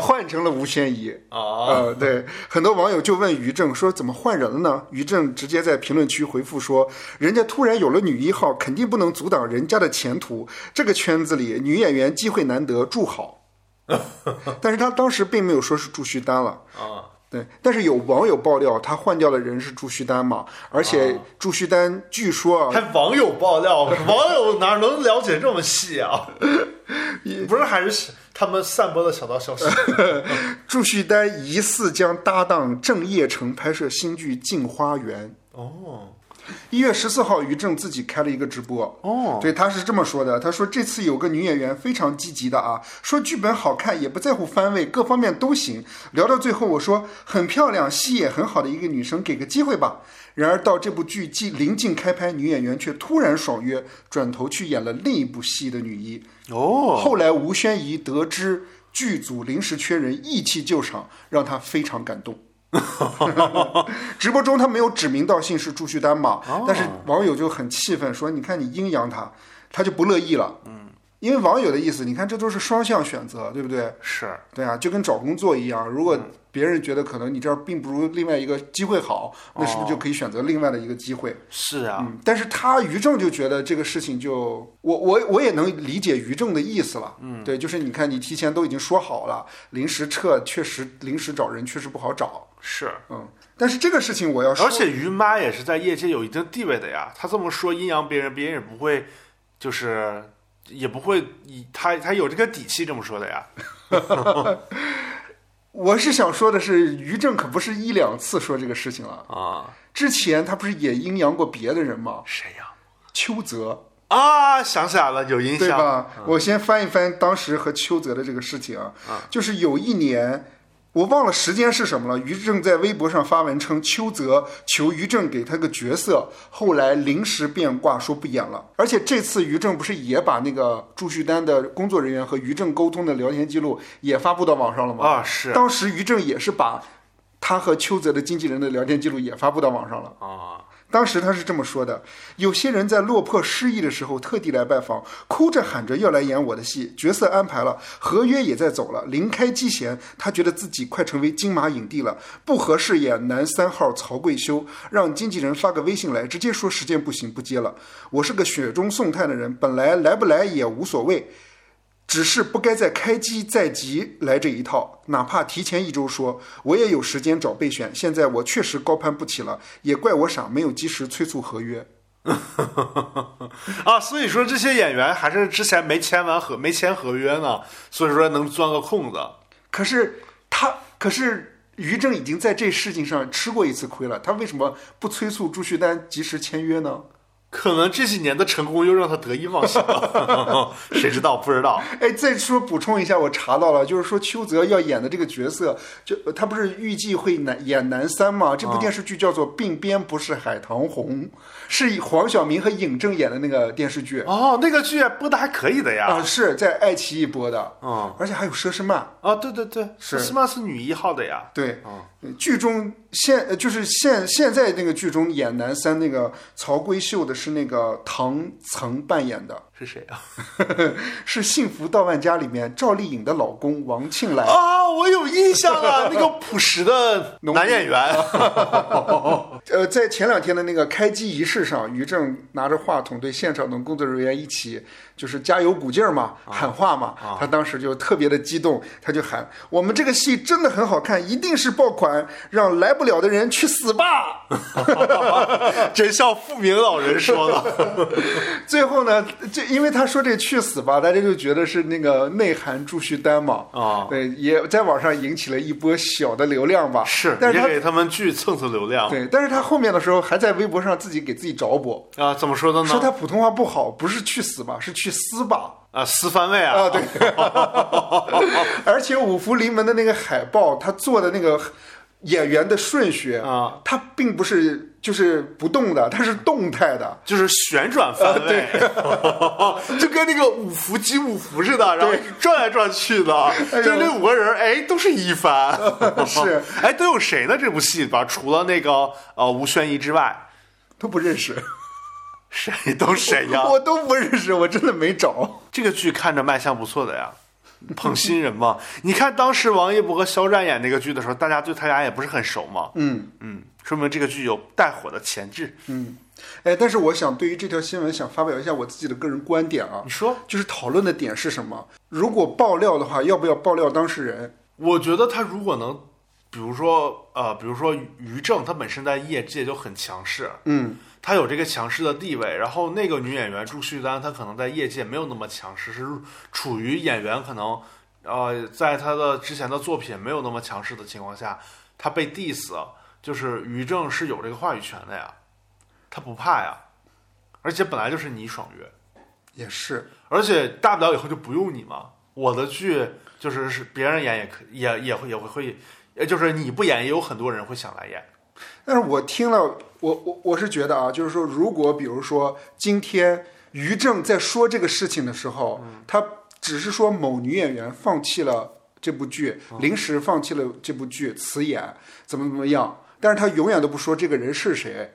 Speaker 1: 换成了吴宣仪。
Speaker 2: 啊，
Speaker 1: 呃，对，很多网友就问于正说怎么换人了呢？于正直接在评论区回复说，人家突然有了女一号，肯定不能阻挡人家的前途。这个圈子里女演员机会难得，祝好。但是他当时并没有说是祝绪丹了。
Speaker 2: 啊，
Speaker 1: 对，但是有网友爆料，他换掉的人是祝绪丹嘛，而且祝绪丹据说啊，
Speaker 2: 还网友爆料，网友哪能了解这么细啊？ 不是，还是他们散播的小道消息。
Speaker 1: 祝绪丹疑似将搭档郑业成拍摄新剧《镜花缘》。
Speaker 2: 哦，
Speaker 1: 一月十四号，于正自己开了一个直播。
Speaker 2: 哦，
Speaker 1: 对，他是这么说的。他说这次有个女演员非常积极的啊，说剧本好看，也不在乎番位，各方面都行。聊到最后，我说很漂亮，戏也很好的一个女生，给个机会吧。然而到这部剧即临近开拍，女演员却突然爽约，转头去演了另一部戏的女一。
Speaker 2: 哦，
Speaker 1: 后来吴宣仪得知剧组临时缺人，一气救场，让她非常感动。直播中他没有指名道姓是朱旭丹嘛，但是网友就很气愤，说你看你阴阳他，他就不乐意了。嗯，因为网友的意思，你看这都是双向选择，对不对？
Speaker 2: 是，
Speaker 1: 对啊，就跟找工作一样，如果别人觉得可能你这儿并不如另外一个机会好，那是不是就可以选择另外的一个机会？
Speaker 2: 是啊，
Speaker 1: 嗯，但是他于正就觉得这个事情就我我我也能理解于正的意思了，嗯，对，就是你看你提前都已经说好了，临时撤确实临时找人确实不好找，
Speaker 2: 是。
Speaker 1: 嗯，但是这个事情我要说，
Speaker 2: 而且于妈也是在业界有一定地位的呀，她这么说阴阳别人，别人也不会，就是也不会以她她有这个底气这么说的呀。
Speaker 1: 我是想说的是，于正可不是一两次说这个事情了，
Speaker 2: 啊，
Speaker 1: 之前他不是也阴阳过别的人吗？
Speaker 2: 谁呀？
Speaker 1: 邱泽，
Speaker 2: 啊，想起来了，有印
Speaker 1: 对
Speaker 2: 象。
Speaker 1: 吧？我先翻一翻当时和邱泽的这个事情啊，就是有一年。我忘了时间是什么了。于正在微博上发文称，邱泽求于正给他个角色，后来临时变卦说不演了。而且这次于正不是也把那个祝绪丹的工作人员和于正沟通的聊天记录也发布到网上了吗？
Speaker 2: 啊，是
Speaker 1: 当时于正也是把他和邱泽的经纪人的聊天记录也发布到网上了。
Speaker 2: 啊，
Speaker 1: 当时他是这么说的：有些人在落魄失意的时候，特地来拜访，哭着喊着要来演我的戏，角色安排了，合约也在走了。临开机前，他觉得自己快成为金马影帝了，不合适演男三号曹贵修，让经纪人发个微信来，直接说时间不行，不接了。我是个雪中送炭的人，本来来不来也无所谓，只是不该在开机在即来这一套，哪怕提前一周说，我也有时间找备选。现在我确实高攀不起了，也怪我傻，没有及时催促合约。
Speaker 2: 啊，所以说这些演员还是之前没签完合没签合约呢，所以说能钻个空子。
Speaker 1: 可是他，可是于正已经在这事情上吃过一次亏了，他为什么不催促朱旭丹及时签约呢？
Speaker 2: 可能这几年的成功又让他得意忘形了， 谁知道？不知道。
Speaker 1: 哎，再说补充一下，我查到了，就是说邱泽要演的这个角色，就呃他不是预计会男演男三吗？这部电视剧叫做《鬓边不是海棠红》，是以黄晓明和尹正演的那个电视剧
Speaker 2: 哦，那个剧播的还可以的呀。
Speaker 1: 啊，是在爱奇艺播的，
Speaker 2: 嗯，
Speaker 1: 而且还有佘诗曼。
Speaker 2: 啊，对对对，
Speaker 1: 是
Speaker 2: 希曼是女一号的呀。
Speaker 1: 对，嗯剧中现呃就是现现在那个剧中演男三那个曹圭秀的是那个唐曾扮演的，
Speaker 2: 是谁啊？
Speaker 1: 是《幸福到万家》里面赵丽颖的老公王庆来。
Speaker 2: 啊，我有印象了，那个朴实的男 演员。
Speaker 1: 呃，在前两天的那个开机仪式上，于正拿着话筒对现场的工作人员一起就是加油鼓劲儿嘛，
Speaker 2: 啊
Speaker 1: 喊话嘛。他当时就特别的激动，他就喊：“我们这个戏真的很好看，一定是爆款，让来不了的人去死 吧！”
Speaker 2: 真像富明老人说的，
Speaker 1: 最后呢，这因为他说这去死吧，大家就觉得是那个内涵朱旭丹嘛，
Speaker 2: 啊
Speaker 1: 对，也在网上引起了一波小的流量吧。
Speaker 2: 是
Speaker 1: 但 是
Speaker 2: 也
Speaker 1: 他
Speaker 2: 给他们剧蹭蹭流量
Speaker 1: 对，但是他后面的时候还在微博上自己给自己找补，
Speaker 2: 啊？怎么说的
Speaker 1: 说
Speaker 2: 呢？
Speaker 1: 他普通话不好，不是去死吧，是去撕吧。
Speaker 2: 啊，四番位啊
Speaker 1: 啊，对， 而且五福临门的那个海报，他做的那个演员的顺序
Speaker 2: 啊，
Speaker 1: 他并不是就是不动的，它是动态的。
Speaker 2: 就是旋
Speaker 1: 啊
Speaker 2: 转翻位，就跟那个五福击五福似的，然后转来转去的。
Speaker 1: 呦
Speaker 2: 就这五个人，哎，都是一番，
Speaker 1: 是，
Speaker 2: 哎，都有谁呢？这部戏里边除了那个呃吴宣仪之外，
Speaker 1: 都不认识，
Speaker 2: 谁都谁呀？
Speaker 1: 我都不认识，我真的没找。
Speaker 2: 这个剧看着卖相不错的呀，捧新人嘛。你看当时王一博和肖战演那个剧的时候，大家对他俩也不是很熟嘛。
Speaker 1: 嗯
Speaker 2: 嗯，说明这个剧有带火的潜质。
Speaker 1: 嗯，哎，但是我想对于这条新闻想发表一下我自己的个人观点啊
Speaker 2: 你，说，
Speaker 1: 就是讨论的点是什么？如果爆料的话，要不要爆料当事人？
Speaker 2: 我觉得他如果能，比如说呃，比如说于正，他本身在业界就很强势，
Speaker 1: 嗯，
Speaker 2: 他有这个强势的地位。然后那个女演员朱旭丹，她可能在业界没有那么强势，是处于演员可能呃，在她的之前的作品没有那么强势的情况下，她被 diss，就是于正是有这个话语权的呀，他不怕呀，而且本来就是你爽约，
Speaker 1: 也是，
Speaker 2: 而且大不了以后就不用你嘛。我的剧就是是别人演也可也也会也会会，呃就是你不演也有很多人会想来演。
Speaker 1: 但是我听了，我我我是觉得啊，就是说，如果比如说今天于正在说这个事情的时候，他只是说某女演员放弃了这部剧，临时放弃了这部剧辞演，怎么怎么样，但是他永远都不说这个人是谁，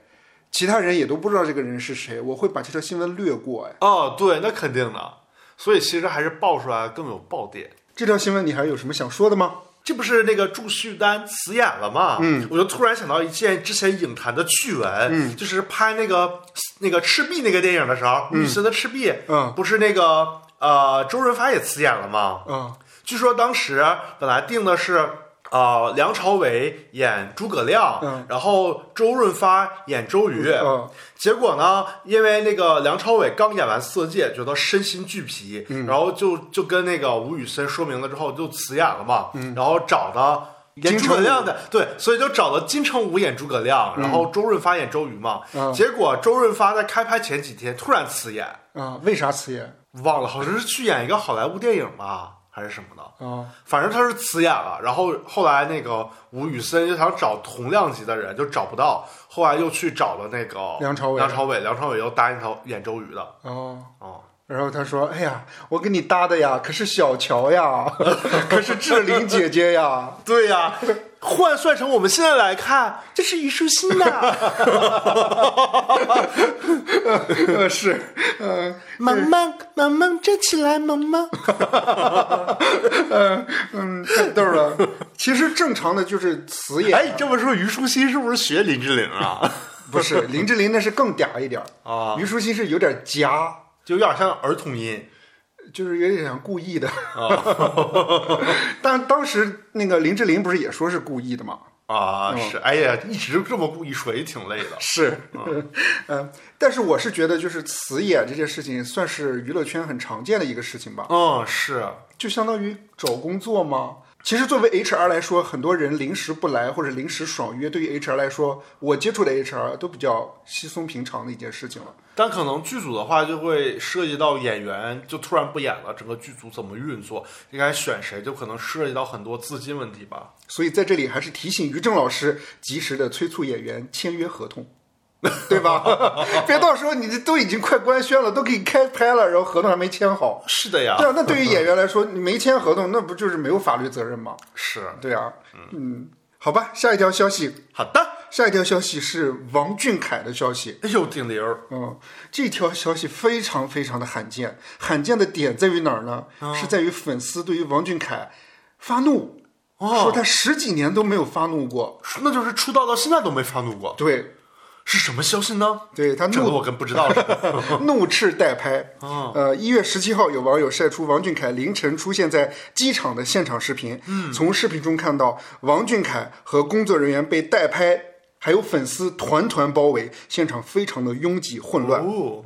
Speaker 1: 其他人也都不知道这个人是谁，我会把这条新闻略过。哎，
Speaker 2: 哦，对，那肯定的。所以其实还是爆出来更有爆点。
Speaker 1: 这条新闻你还有什么想说的吗？
Speaker 2: 这不是那个祝绪丹辞演了吗？嗯，我就突然想到一件之前影坛的趣闻，嗯，就是拍那个那个赤壁那个电影的时候，女神的赤壁，
Speaker 1: 嗯
Speaker 2: 不是那个呃周润发也辞演了吗？
Speaker 1: 啊、
Speaker 2: 据说当时本来定的是。啊、梁朝伟演诸葛亮，
Speaker 1: 嗯
Speaker 2: 然后周润发演周瑜。
Speaker 1: 嗯
Speaker 2: 结果呢，因为那个梁朝伟刚演完《色戒》，觉得身心俱疲，
Speaker 1: 嗯
Speaker 2: 然后就就跟那个吴宇森说明了之后，就辞演了嘛。然后找的演
Speaker 1: 嗯金
Speaker 2: 诸
Speaker 1: 城
Speaker 2: 葛
Speaker 1: 武
Speaker 2: 亮的，对，所以就找了金城武演诸葛亮，然后周润发演周瑜嘛。
Speaker 1: 嗯
Speaker 2: 结果周润发在开拍前几天突然辞演，
Speaker 1: 啊，为啥辞演？
Speaker 2: 忘了好像是去演一个好莱坞电影吧，还是什么的。
Speaker 1: 啊，
Speaker 2: 反正他是辞演了，然后后来那个吴宇森就想找同量级的人，就找不到，后来又去找了那个
Speaker 1: 梁朝伟
Speaker 2: 梁朝伟，梁朝伟又答应他演周瑜的，
Speaker 1: 哦。
Speaker 2: 哦、
Speaker 1: 然后他说：“哎呀，我给你搭的呀，可是小乔呀， 可是志玲姐姐呀。
Speaker 2: 对呀、换算成我们现在来看，这是虞书 欣呐，
Speaker 1: 呃”是，嗯、
Speaker 2: 萌萌萌萌站起来，萌萌，
Speaker 1: 呃，嗯，太逗了。其实正常的就是词也、
Speaker 2: 哎，你这么说虞书欣是不是学林志玲啊？
Speaker 1: 不是林志玲那是更嗲一点儿
Speaker 2: 啊
Speaker 1: 虞书欣是有点夹，
Speaker 2: 就有点像儿童音，
Speaker 1: 就是有点想故意的。 但当时那个林志玲不是也说是故意的吗？
Speaker 2: 啊，
Speaker 1: 嗯
Speaker 2: 是，哎呀，一直这么故意说也挺累的。
Speaker 1: 是， 嗯、但是我是觉得就是词眼这件事情算是娱乐圈很常见的一个事情吧。
Speaker 2: 嗯，是，
Speaker 1: 就相当于找工作吗？其实作为 HR 来说，很多人临时不来或者临时爽约，对于 HR 来说，我接触的 HR 都比较稀松平常的一件事情了。
Speaker 2: 但可能剧组的话就会涉及到演员就突然不演了，整个剧组怎么运作，应该选谁，就可能涉及到很多资金问题吧。
Speaker 1: 所以在这里还是提醒于正老师，及时的催促演员签约合同， 对吧？ 别到时候你这都已经快官宣了，都给你开拍了，然后合同还没签好。
Speaker 2: 是的呀，
Speaker 1: 对啊，那对于演员来说，你没签合同，那不就是没有法律责任吗？
Speaker 2: 是
Speaker 1: 对啊，嗯，好吧，下一条消息，
Speaker 2: 好的。
Speaker 1: 下一条消息是王俊凯的消息。
Speaker 2: 哎呦，顶流儿，
Speaker 1: 嗯，这条消息非常非常的罕见，罕见的点在于哪儿呢？是在于粉丝对于王俊凯发怒，说他十几年都没有发怒过。
Speaker 2: 那就是出道到现在都没发怒过，
Speaker 1: 对，
Speaker 2: 是什么消息呢？
Speaker 1: 对他
Speaker 2: 这个
Speaker 1: 怒
Speaker 2: 我跟不知道似的。
Speaker 1: 怒斥代拍。呃，一月十七号，有网友晒出王俊凯凌晨出现在机场的现场视频。嗯，从视频中看到王俊凯和工作人员被代拍，还有粉丝团团包围，现场非常的拥挤混乱。
Speaker 2: 哦，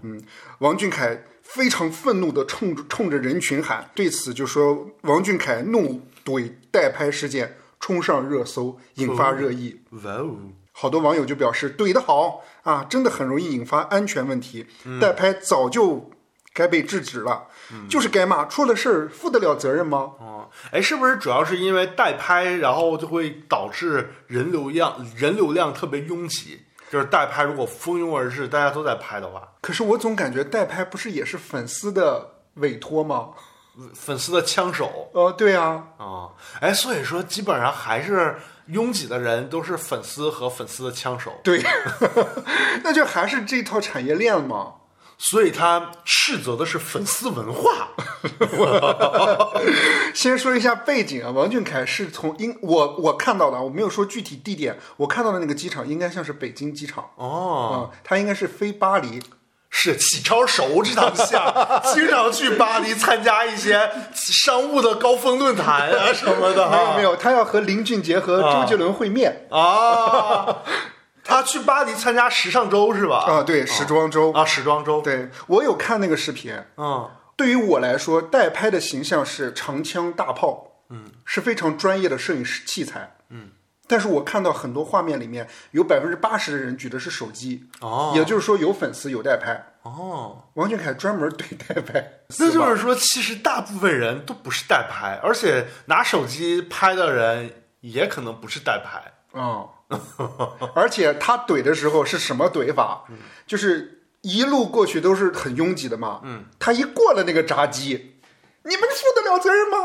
Speaker 1: 王俊凯非常愤怒地冲冲着人群喊，对此就说王俊凯怒怼代拍事件冲上热搜，引发热议。
Speaker 2: 哇哦，
Speaker 1: 好多网友就表示怼得好啊，真的很容易引发安全问题，
Speaker 2: 嗯
Speaker 1: 代拍早就该被制止了，就是该骂，出了事儿负得了责任吗？
Speaker 2: 哦，哎，是不是主要是因为代拍，然后就会导致人流量人流量特别拥挤？就是代拍如果蜂拥而至，大家都在拍的话，
Speaker 1: 可是我总感觉代拍不是也是粉丝的委托吗？
Speaker 2: 粉丝的枪手
Speaker 1: 呃，对啊，
Speaker 2: 啊，哎、所以说基本上还是拥挤的人都是粉丝和粉丝的枪手，
Speaker 1: 对， 那就还是这套产业链嘛。
Speaker 2: 所以他斥责的是粉丝文化。
Speaker 1: 先说一下背景啊，王俊凯是从英我我看到的啊，我没有说具体地点，我看到的那个机场应该像是北京机场
Speaker 2: 哦，
Speaker 1: 啊、他应该是飞巴黎，
Speaker 2: 是启超熟这档下，经常去巴黎参加一些商务的高峰论坛啊什么的。啊
Speaker 1: 没有没有，他要和林俊杰和周杰伦会面
Speaker 2: 有啊，他去巴黎参加时尚周是吧？
Speaker 1: 啊、对，时装周，
Speaker 2: 啊，时装周。，
Speaker 1: 对我有看那个视频。
Speaker 2: 嗯，
Speaker 1: 对于我来说，代拍的形象是长枪大炮，嗯，是非常专业的摄影师器材，嗯。但是我看到很多画面里面有百分之八十的人举的是手机，
Speaker 2: 哦，
Speaker 1: 也就是说有粉丝有代拍。
Speaker 2: 哦，
Speaker 1: 王俊凯专门对代拍，
Speaker 2: 那就是说，其实大部分人都不是代拍，而且拿手机拍的人也可能不是代拍。
Speaker 1: 啊、而且他怼的时候是什么怼法？就是一路过去都是很拥挤的嘛。嗯，他一过了那个闸机，你们负得了责任吗？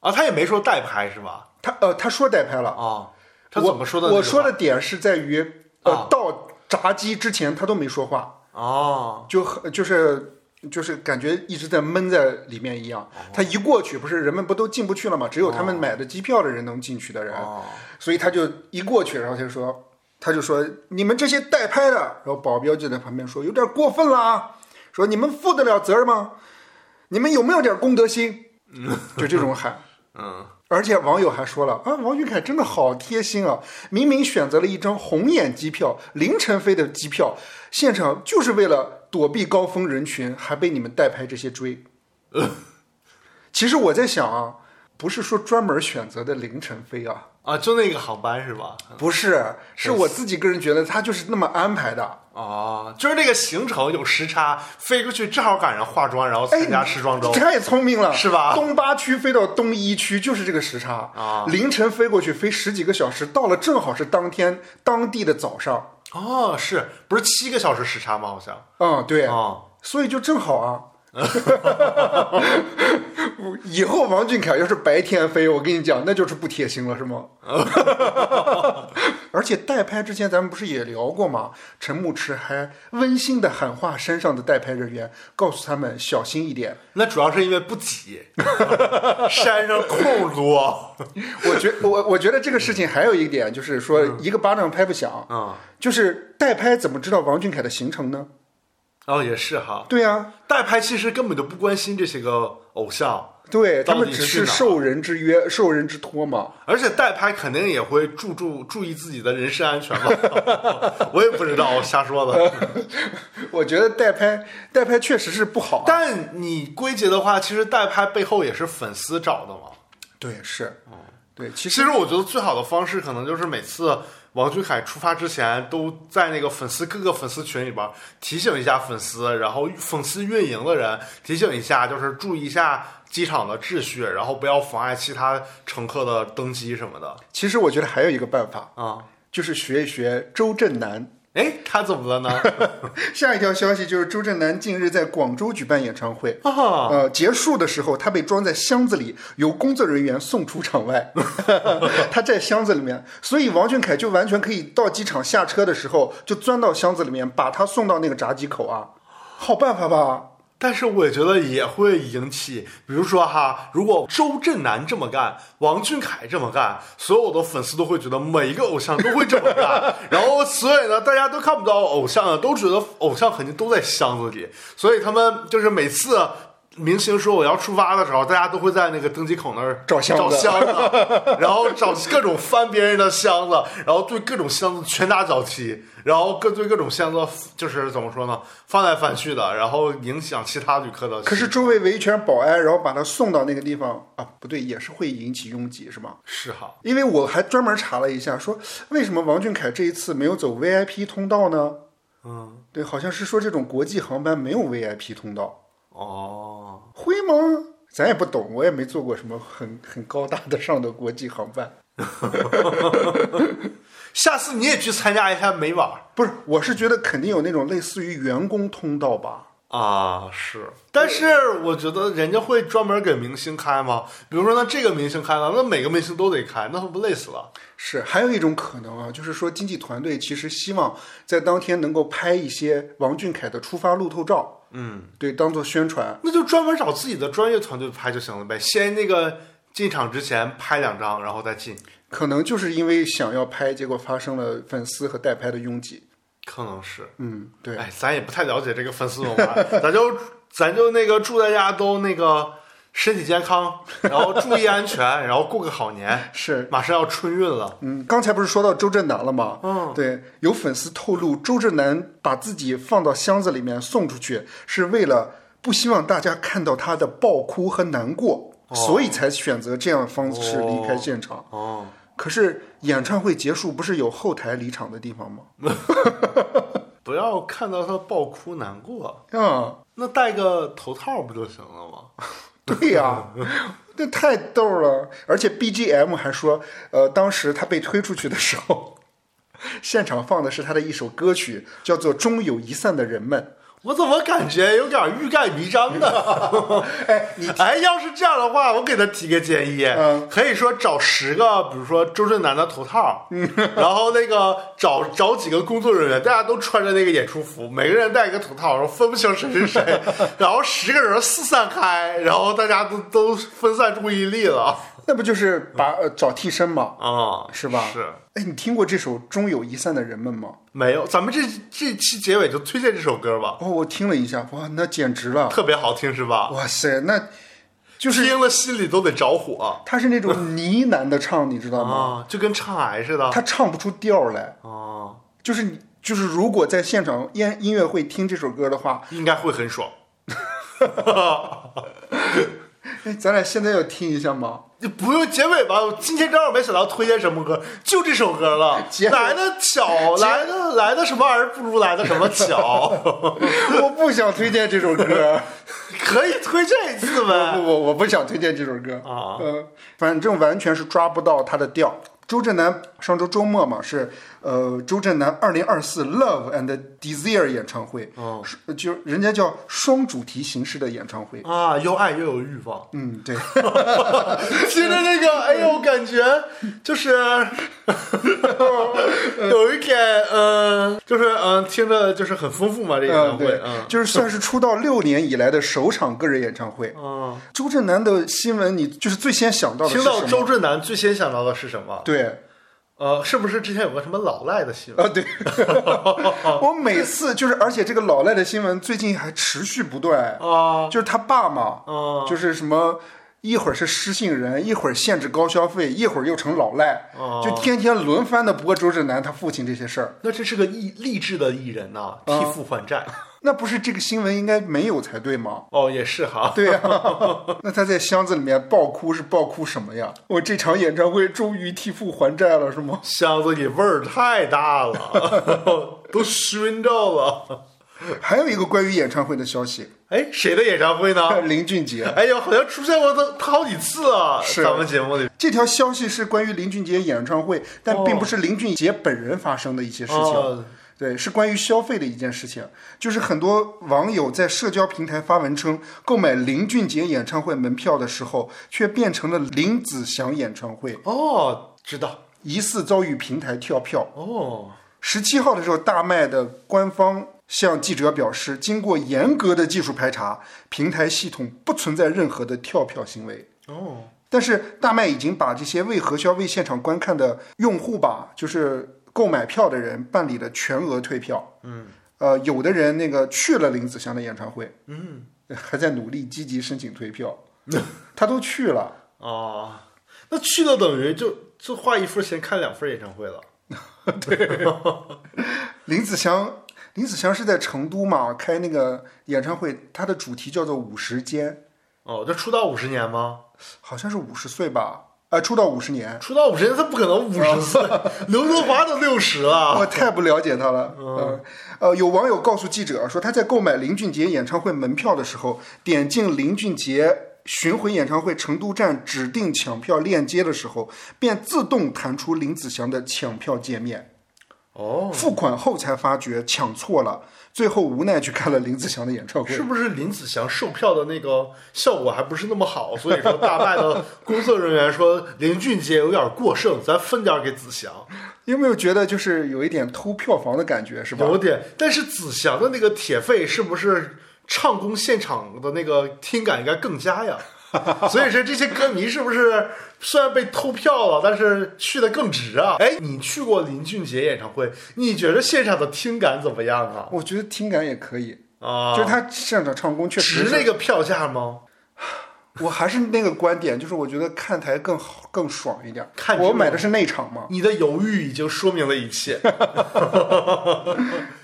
Speaker 2: 啊，他也没说代拍是吧？
Speaker 1: 他呃，他说代拍了。
Speaker 2: 啊，他怎么说的那
Speaker 1: 我？
Speaker 2: 个话？
Speaker 1: 我说的点是在于，呃，
Speaker 2: 啊
Speaker 1: 到闸机之前他都没说话，
Speaker 2: 哦，
Speaker 1: 就很就是。就是感觉一直在闷在里面一样，他一过去，不是人们不都进不去了吗？只有他们买的机票的人能进去的人，
Speaker 2: 哦，
Speaker 1: 所以他就一过去，然后他就说，他就说你们这些代拍的，然后保镖就在旁边说有点过分了啊，说你们负得了责任吗？你们有没有点公德心？就这种喊。
Speaker 2: 嗯，
Speaker 1: 而且网友还说了啊，王俊凯真的好贴心啊！明明选择了一张红眼机票，凌晨飞的机票，现场就是为了躲避高峰人群，还被你们代拍这些 追。其实我在想啊，不是说专门选择的凌晨飞啊，
Speaker 2: 啊，就那个航班是吧？
Speaker 1: 不
Speaker 2: 哎
Speaker 1: 是，是我自己个人觉得他就是那么安排的。
Speaker 2: 哦，就是那个行程有时差，飞过去正好赶上化妆，然后参
Speaker 1: 哎
Speaker 2: 加时装周。
Speaker 1: 太聪明了，
Speaker 2: 是吧
Speaker 1: 东八区飞到东一区就是这个时差
Speaker 2: 啊
Speaker 1: 凌晨飞过去飞十几个小时，到了正好是当天当地的早上。
Speaker 2: 哦，是不是七个小时时差吗？好像。
Speaker 1: 嗯，对，
Speaker 2: 哦，
Speaker 1: 所以就正好啊。 以后王俊凯要是白天飞，我跟你讲，那就是不贴心了，是吗？ 而且代拍之前咱们不是也聊过吗？陈牧驰还温馨的喊话山上的代拍人员，告诉他们小心一点。
Speaker 2: 那主要是因为不挤， 山上空多。
Speaker 1: 我觉我我觉得这个事情还有一点就是说，一个巴掌拍不响，
Speaker 2: 嗯，
Speaker 1: 就是代拍怎么知道王俊凯的行程呢？
Speaker 2: 哦，也是哈。
Speaker 1: 对啊，
Speaker 2: 代拍其实根本就不关心这些个偶像，
Speaker 1: 对他
Speaker 2: 到
Speaker 1: 们
Speaker 2: 底
Speaker 1: 只
Speaker 2: 去
Speaker 1: 是
Speaker 2: 哪儿
Speaker 1: 受人之约、受人之托嘛。
Speaker 2: 而且代拍肯定也会注注注意自己的人身安 全吧。我也不知道，我瞎说的。
Speaker 1: 我觉得代拍代拍确实是不好、啊。
Speaker 2: 但你归结的话，其实代拍背后也是粉丝找的嘛。
Speaker 1: 对，是，对，其
Speaker 2: 其
Speaker 1: 实
Speaker 2: 实我觉得最好的方式可能就是每次王俊凯出发之前，都在那个粉丝各个粉丝群里边提醒一下粉丝，然后粉丝运营的人提醒一下，就是注意一下机场的秩序，然后不要妨碍其他乘客的登机什么的
Speaker 1: 其实我觉得还有一个办法，
Speaker 2: 啊。
Speaker 1: 就是学一学周震南。
Speaker 2: 哎、他怎么了呢？
Speaker 1: 下一条消息就是周震南近日在广州举办演唱会，
Speaker 2: 啊，
Speaker 1: 呃，结束的时候他被装在箱子里，由工作人员送出场外。 他在箱子里面，所以王俊凯就完全可以到机场下车的时候就钻到箱子里面，把他送到那个闸机口啊，好办法吧？
Speaker 2: 但是我觉得也会引起，比如说哈，如果周震南这么干，王俊凯这么干，所有的粉丝都会觉得每一个偶像都会这么干，然后所以呢，大家都看不到偶像了，都觉得偶像肯定都在箱子里，所以他们就是每次。明星说我要出发的时候，大家都会在那个登机口那儿
Speaker 1: 找箱子
Speaker 2: 找箱子， 然后找各种翻别人的箱子，然后对各种箱子拳打脚踢，然后各对各种箱子就是怎么说呢，翻来翻去的，然后影响其他旅客的。
Speaker 1: 可是周围围一圈保安，然后把他送到那个地方啊，不对，也是会引起拥挤，是吗？
Speaker 2: 是哈，
Speaker 1: 因为我还专门查了一下，说为什么王俊凯这一次没有走 VIP 通道呢？嗯，对，好像是说这种国际航班没有 VIP 通道，
Speaker 2: 哦，
Speaker 1: 会吗？咱也不懂，我也没坐过什么很很高大的上的国际航班。
Speaker 2: 下次你也去参加一下美网
Speaker 1: 不是，我是觉得肯定有那种类似于员工通道吧。
Speaker 2: 啊，是。但是我觉得人家会专门给明星开吗？比如说，那这个明星开了，那每个明星都得开，那不累死了？
Speaker 1: 是，还有一种可能啊，就是说经纪团队其实希望在当天能够拍一些王俊凯的出发路透照，嗯，对，当做宣传。
Speaker 2: 那就专门找自己的专业团队拍就行了呗。先那个进场之前拍两张，然后再进，
Speaker 1: 可能就是因为想要拍，结果发生了粉丝和代拍的拥挤。
Speaker 2: 可能是。
Speaker 1: 嗯，对，
Speaker 2: 哎，咱也不太了解这个粉丝文化，咱就咱就那个祝大家都那个身体健康，然后注意安全，然后过个好年。
Speaker 1: 是，
Speaker 2: 马上要春运了，
Speaker 1: 嗯，刚才不是说到周震南了吗？嗯，对，有粉丝透露，周震南把自己放到箱子里面送出去，是为了不希望大家看到他的爆哭和难过，所以才选择这样的方式离开现场。
Speaker 2: 哦，
Speaker 1: 可是演唱会结束不是有后台离场的地方吗？
Speaker 2: 不要看到他爆哭难过，
Speaker 1: 啊，
Speaker 2: 那戴个头套不就行了吗？
Speaker 1: 对呀、 那太逗了。而且 BGM 还说，呃，当时他被推出去的时候， 现场放的是他的一首歌曲，叫做《终有一散的人们》。
Speaker 2: 我怎么感觉有点欲盖弥彰 呢？哎，你 哎，要是这样的话，我给他提个建议，
Speaker 1: 嗯
Speaker 2: 可以说找十个，比如说周震南的头套，
Speaker 1: 嗯
Speaker 2: 然后那个找找几个工作人员，大家都穿着那个演出服，每个人戴一个头套，然后分不清谁是谁， 然后十个人四散开，然后大家都都分散注意力 了
Speaker 1: 那不就是把、呃、找替身吗？
Speaker 2: 啊、
Speaker 1: 是吧
Speaker 2: 嗯是
Speaker 1: 哎，你听过这首《终有一散的人们》吗？
Speaker 2: 没有，咱们这这期结尾就推荐这首歌吧，
Speaker 1: 哦，我听了一下，哇，那简直了！
Speaker 2: 特别好听是吧？
Speaker 1: 哇塞，那就是
Speaker 2: 听了心里都得着火
Speaker 1: 他是那种呢喃的唱，你知道吗？
Speaker 2: 啊，就跟唱癌似的
Speaker 1: 他唱不出调儿来，
Speaker 2: 啊。
Speaker 1: 就是你就是如果在现场音音乐会听这首歌的话，
Speaker 2: 应该会很爽。
Speaker 1: 哎，咱俩现在要听一下吗？
Speaker 2: 你不用结尾吧？我今天正好没想到推荐什么歌，就这首歌了。
Speaker 1: 结尾
Speaker 2: 来的巧，来的来的什么玩意儿不如来的什么巧，
Speaker 1: 我不想推荐这首歌，
Speaker 2: 可以推荐一次
Speaker 1: 不
Speaker 2: 呗。
Speaker 1: 不，我不想推荐这首歌
Speaker 2: 啊
Speaker 1: 嗯、反正完全是抓不到他的调。周震南上周周末嘛是呃周震南二零二四 Love and Desire 演唱会，哦，就人家叫双主题形式的演唱会。，
Speaker 2: 啊，又爱又有欲望
Speaker 1: 嗯， 对，
Speaker 2: 听着那个，哎呦，感觉就是 有一点，嗯、就是嗯、听着就是很丰富嘛，这演唱
Speaker 1: 嗯
Speaker 2: 会，
Speaker 1: 对
Speaker 2: 嗯，
Speaker 1: 就是算是出道六年以来的首场个人演唱会。
Speaker 2: 嗯，
Speaker 1: 周震南的新闻，你就是最先想到的是
Speaker 2: 听
Speaker 1: 什
Speaker 2: 到
Speaker 1: 么？
Speaker 2: 周震南最先想到的是什么？
Speaker 1: 对，
Speaker 2: 呃，是不是之前有个什么老赖的新闻？
Speaker 1: 啊，对， 我每次就是，而且这个老赖的新闻最近还持续不断，
Speaker 2: 啊
Speaker 1: 就是他爸嘛，
Speaker 2: 啊
Speaker 1: 就是什么一会儿是失信人，一会儿限制高消费，一会儿又成老赖，
Speaker 2: 啊
Speaker 1: 就天天轮番的播周震南他父亲这些事儿。啊
Speaker 2: 那这是个艺励志的艺人呐、替父还债。
Speaker 1: 那不是这个新闻应该没有才对吗？
Speaker 2: 哦，也是哈，
Speaker 1: 对 呀、那他在箱子里面爆哭是爆哭什么呀？我这场演唱会终于替父还债了，是吗？
Speaker 2: 箱子里味儿太大了，都熏着了。
Speaker 1: 还有一个关于演唱会的消息，
Speaker 2: 哎，谁的演唱会呢？
Speaker 1: 林俊杰。
Speaker 2: 哎呦，好像出现过他他好几次啊，
Speaker 1: 是
Speaker 2: 咱们节目里。
Speaker 1: 这条消息是关于林俊杰演唱会，但并不是林俊杰本人发生的一些事情。
Speaker 2: 哦
Speaker 1: 对，是关于消费的一件事情，就是很多网友在社交平台发文称，购买林俊杰演唱会门票的时候，却变成了林子祥演唱会，
Speaker 2: 哦，知道
Speaker 1: 疑似遭遇平台跳票。
Speaker 2: 哦，
Speaker 1: 十七号的时候，大麦的官方向记者表示，经过严格的技术排查，平台系统不存在任何的跳票行为。
Speaker 2: 哦，
Speaker 1: 但是大麦已经把这些未核销、未现场观看的用户吧，就是购买票的人办理了全额退票。嗯，呃，有的人那个去了林子祥的演唱会，嗯，还在努力积极申请退 票，他都去了。
Speaker 2: 哦，那去了等于就就花一份钱看两份演唱会了。
Speaker 1: 林子祥，林子祥是在成都嘛开那个演唱会，他的主题叫做五十间。
Speaker 2: 哦，这出道五十年吗？
Speaker 1: 好像是五十岁吧，呃，出道五十年，
Speaker 2: 出道五十年，他不可能五十岁，刘德华都六十了。
Speaker 1: 我太不了解他了。嗯，呃，有网友告诉记者说，他在购买林俊杰演唱会门票的时候，点进林俊杰巡回演唱会成都站指定抢票链接的时候，便自动弹出林子祥的抢票界面。
Speaker 2: 哦，
Speaker 1: 付款后才发觉抢错了，最后无奈去看了林子祥的演唱会
Speaker 2: 是。不是林子祥售票的那个效果还不是那么好？所以说大麦的工作人员说林俊杰有点过剩，咱分点给子祥，
Speaker 1: 有没有觉得就是有一点偷票房的感觉，是吧？
Speaker 2: 有点。但是子祥的那个铁肺是不是唱功现场的那个听感应该更佳呀？所以说这些歌迷是不是虽然被偷票了，但是去的更值啊？哎，你去过林俊杰演唱会，你觉得现场的听感怎么样啊？
Speaker 1: 我觉得听感也可以，
Speaker 2: 啊，
Speaker 1: 就是他现场唱功确实
Speaker 2: 值
Speaker 1: 是
Speaker 2: 那个票价吗？
Speaker 1: 我还是那个观点，就是我觉得看台更好、更爽一点。
Speaker 2: 看直播
Speaker 1: 我买的是内场嘛，
Speaker 2: 你的犹豫已经说明了 一切。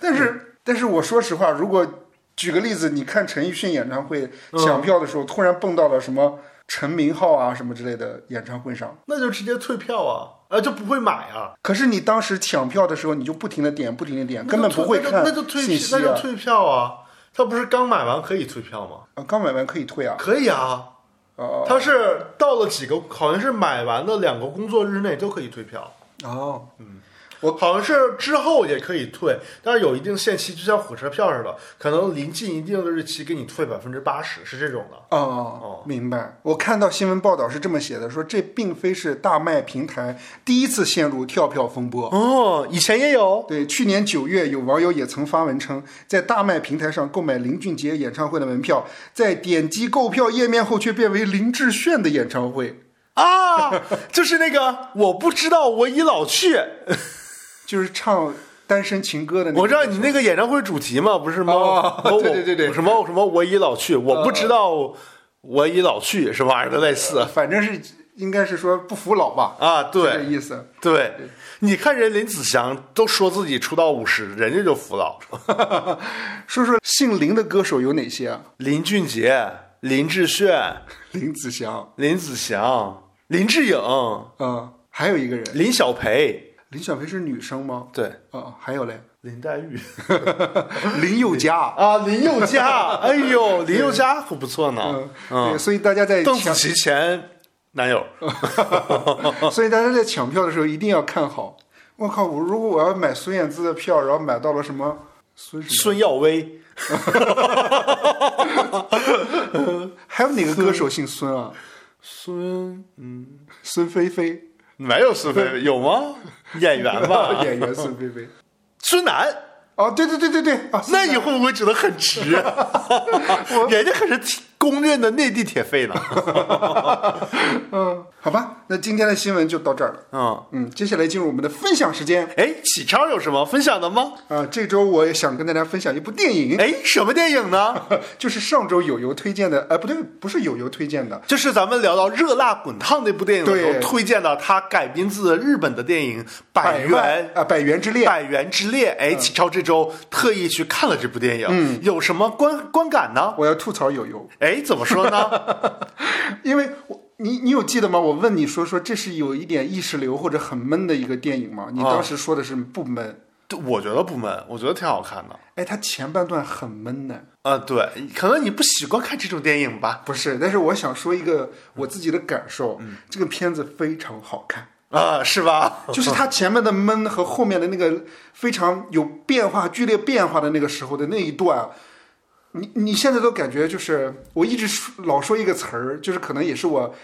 Speaker 1: 但
Speaker 2: 嗯
Speaker 1: 是但是我说实话，如果举个例子，你看陈奕迅演唱会
Speaker 2: 嗯
Speaker 1: 抢票的时候，突然蹦到了什么陈明昊啊什么之类的演唱会上，
Speaker 2: 那就直接退票啊，啊就不会买啊，
Speaker 1: 可是你当时抢票的时候，你就不停的点、不停的点，
Speaker 2: 那就
Speaker 1: 根本不会
Speaker 2: 退
Speaker 1: 看
Speaker 2: 那就那就退
Speaker 1: 信息
Speaker 2: 那就
Speaker 1: 啊。
Speaker 2: 退票啊。他不是刚买完可以退票吗？
Speaker 1: 啊刚买完可以退啊，
Speaker 2: 可以啊，
Speaker 1: 哦
Speaker 2: 他是到了几个，好像是买完的两个工作日内都可以退票，
Speaker 1: 哦，
Speaker 2: 好像是之后也可以退，但是有一定限期，就像火车票似的，可能临近一定的日期给你退百分之八十，是这种的。
Speaker 1: 哦，明白。我看到新闻报道是这么写的，说这并非是大麦平台第一次陷入跳票风波。
Speaker 2: 哦，以前也有，
Speaker 1: 对，去年九月，有网友也曾发文称，在大麦平台上购买林俊杰演唱会的门票，在点击购票页面后却变为林志炫的演唱会，
Speaker 2: 啊，就是那个我不知道，我已老去。
Speaker 1: 就是唱单身情歌的那个。
Speaker 2: 我知道你那个演唱会主题嘛，不是吗？
Speaker 1: 哦
Speaker 2: 我
Speaker 1: 对对对对
Speaker 2: 我什么什么我已老去，我不知道我已老去什么玩意儿的类似
Speaker 1: 反正是应该是说不服老吧，
Speaker 2: 啊，
Speaker 1: 这
Speaker 2: 对
Speaker 1: 意思。
Speaker 2: 对。你看人林子祥都说自己出道五十，人家就服老。
Speaker 1: 说说姓林的歌手有哪些啊？
Speaker 2: 林俊杰、林志炫、
Speaker 1: 林子祥，
Speaker 2: 林子祥、林志颖、
Speaker 1: 嗯，还有一个人，
Speaker 2: 林小培，
Speaker 1: 林小培是女生吗？
Speaker 2: 对，
Speaker 1: 啊，还有嘞，
Speaker 2: 林黛玉
Speaker 1: 林宥嘉。
Speaker 2: 啊，林宥嘉，哎呦，林宥嘉可不错呢
Speaker 1: 嗯，，对，所以大家在
Speaker 2: 邓
Speaker 1: 抢
Speaker 2: 紫，棋前男 友。
Speaker 1: 所以大家在抢票的时候一定要看好。我靠，我如果我要买孙燕姿的票，然后买到了什么孙什
Speaker 2: 孙耀威，
Speaker 1: 么，还有哪个歌手姓孙啊？
Speaker 2: 孙
Speaker 1: 孙菲菲，
Speaker 2: 没有孙菲菲，有吗？演员吧，
Speaker 1: 演员孙菲菲。
Speaker 2: 孙楠，
Speaker 1: 哦，对对对对对，啊，
Speaker 2: 那你会不会觉得很值？人家可是公认的内地铁 肺呢。
Speaker 1: 嗯好吧，那今天的新闻就到这儿了。
Speaker 2: 嗯，
Speaker 1: 嗯，接下来进入我们的分享时间
Speaker 2: 哎，启超有什么分享的吗？
Speaker 1: 啊、这周我也想跟大家分享一部电影，
Speaker 2: 哎，什么电影呢？
Speaker 1: 就是上周友友推荐的，哎，不对，不是友友推荐的，
Speaker 2: 就是咱们聊到《热辣滚烫》那部电影的时候，
Speaker 1: 对
Speaker 2: 推荐的它改编自日本的电影《百
Speaker 1: 百万
Speaker 2: 元
Speaker 1: 啊、百元之恋。
Speaker 2: 百元之恋》。哎，启超这周特意去看了这部电影，有什么观观感呢？
Speaker 1: 我要吐槽友友，
Speaker 2: 哎，怎么说呢？
Speaker 1: 因为我你你有记得吗？我问你说说这是有一点意识流或者很闷的一个电影吗？你当时说的是不闷，
Speaker 2: 我觉得不闷，我觉得挺好看的。
Speaker 1: 哎，它前半段很闷呢。
Speaker 2: 啊，对，可能你不习惯看这种电影吧？
Speaker 1: 不是，但是我想说一个我自己的感受，这个片子非常好看。
Speaker 2: 啊，是吧？
Speaker 1: 就是它前面的闷和后面的那个非常有变化、剧烈变化的那个时候的那一段，你你现在都感觉就是我一直说老说一个词儿，就是可能也是我，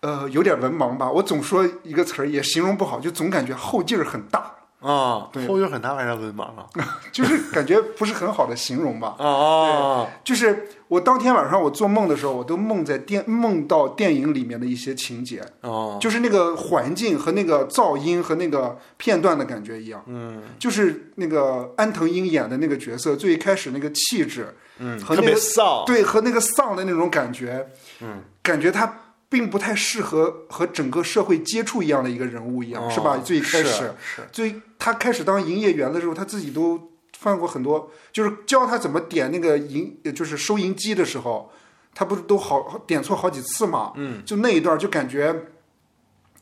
Speaker 1: 呃，有点文盲吧，我总说一个词儿也形容不好，就总感觉后劲儿很大，
Speaker 2: 啊，后劲很大，为啥文盲啊？
Speaker 1: 就是感觉不是很好的形容吧。
Speaker 2: 哦，
Speaker 1: 就是我当天晚上我做梦的时候，我都梦在电梦到电影里面的一些情节，
Speaker 2: 哦，
Speaker 1: 就是那个环境和那个噪音和那个片段的感觉一样，嗯，就是那个安藤英演的那个角色最开始那个气质，嗯，和
Speaker 2: 特
Speaker 1: 那
Speaker 2: 别
Speaker 1: 个
Speaker 2: 丧。
Speaker 1: 对和那个丧的那种感觉，嗯，感觉他并不太适合和整个社会接触一样的一个人物一样，
Speaker 2: 哦
Speaker 1: 是吧？最开
Speaker 2: 是
Speaker 1: 始，最他开始当营业员的时候，他自己都犯过很多，就是教他怎么点那个银，就是收银机的时候，他不是都好点错好几次嘛？嗯，就那一段就感觉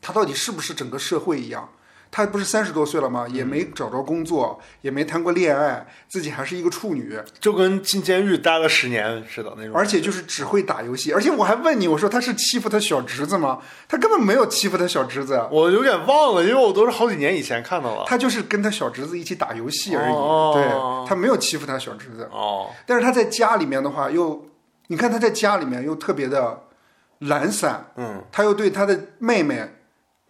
Speaker 1: 他到底是不是整个社会一样？他不是三十多岁了吗？也没找着工作，也没谈过恋爱，自己还是一个处女。
Speaker 2: 就跟进监狱待了十年似的那种。
Speaker 1: 而且就是只会打游戏，而且我还问你，我说他是欺负他小侄子吗？他根本没有欺负他小侄子，
Speaker 2: 我有点忘了，因为我都是好几年以前看到了。
Speaker 1: 他就是跟他小侄子一起打游戏而已，
Speaker 2: 哦
Speaker 1: 对他没有欺负他小侄子。
Speaker 2: 哦，
Speaker 1: 但是他在家里面的话，又你看他在家里面又特别的懒散，
Speaker 2: 嗯
Speaker 1: 他又对他的妹妹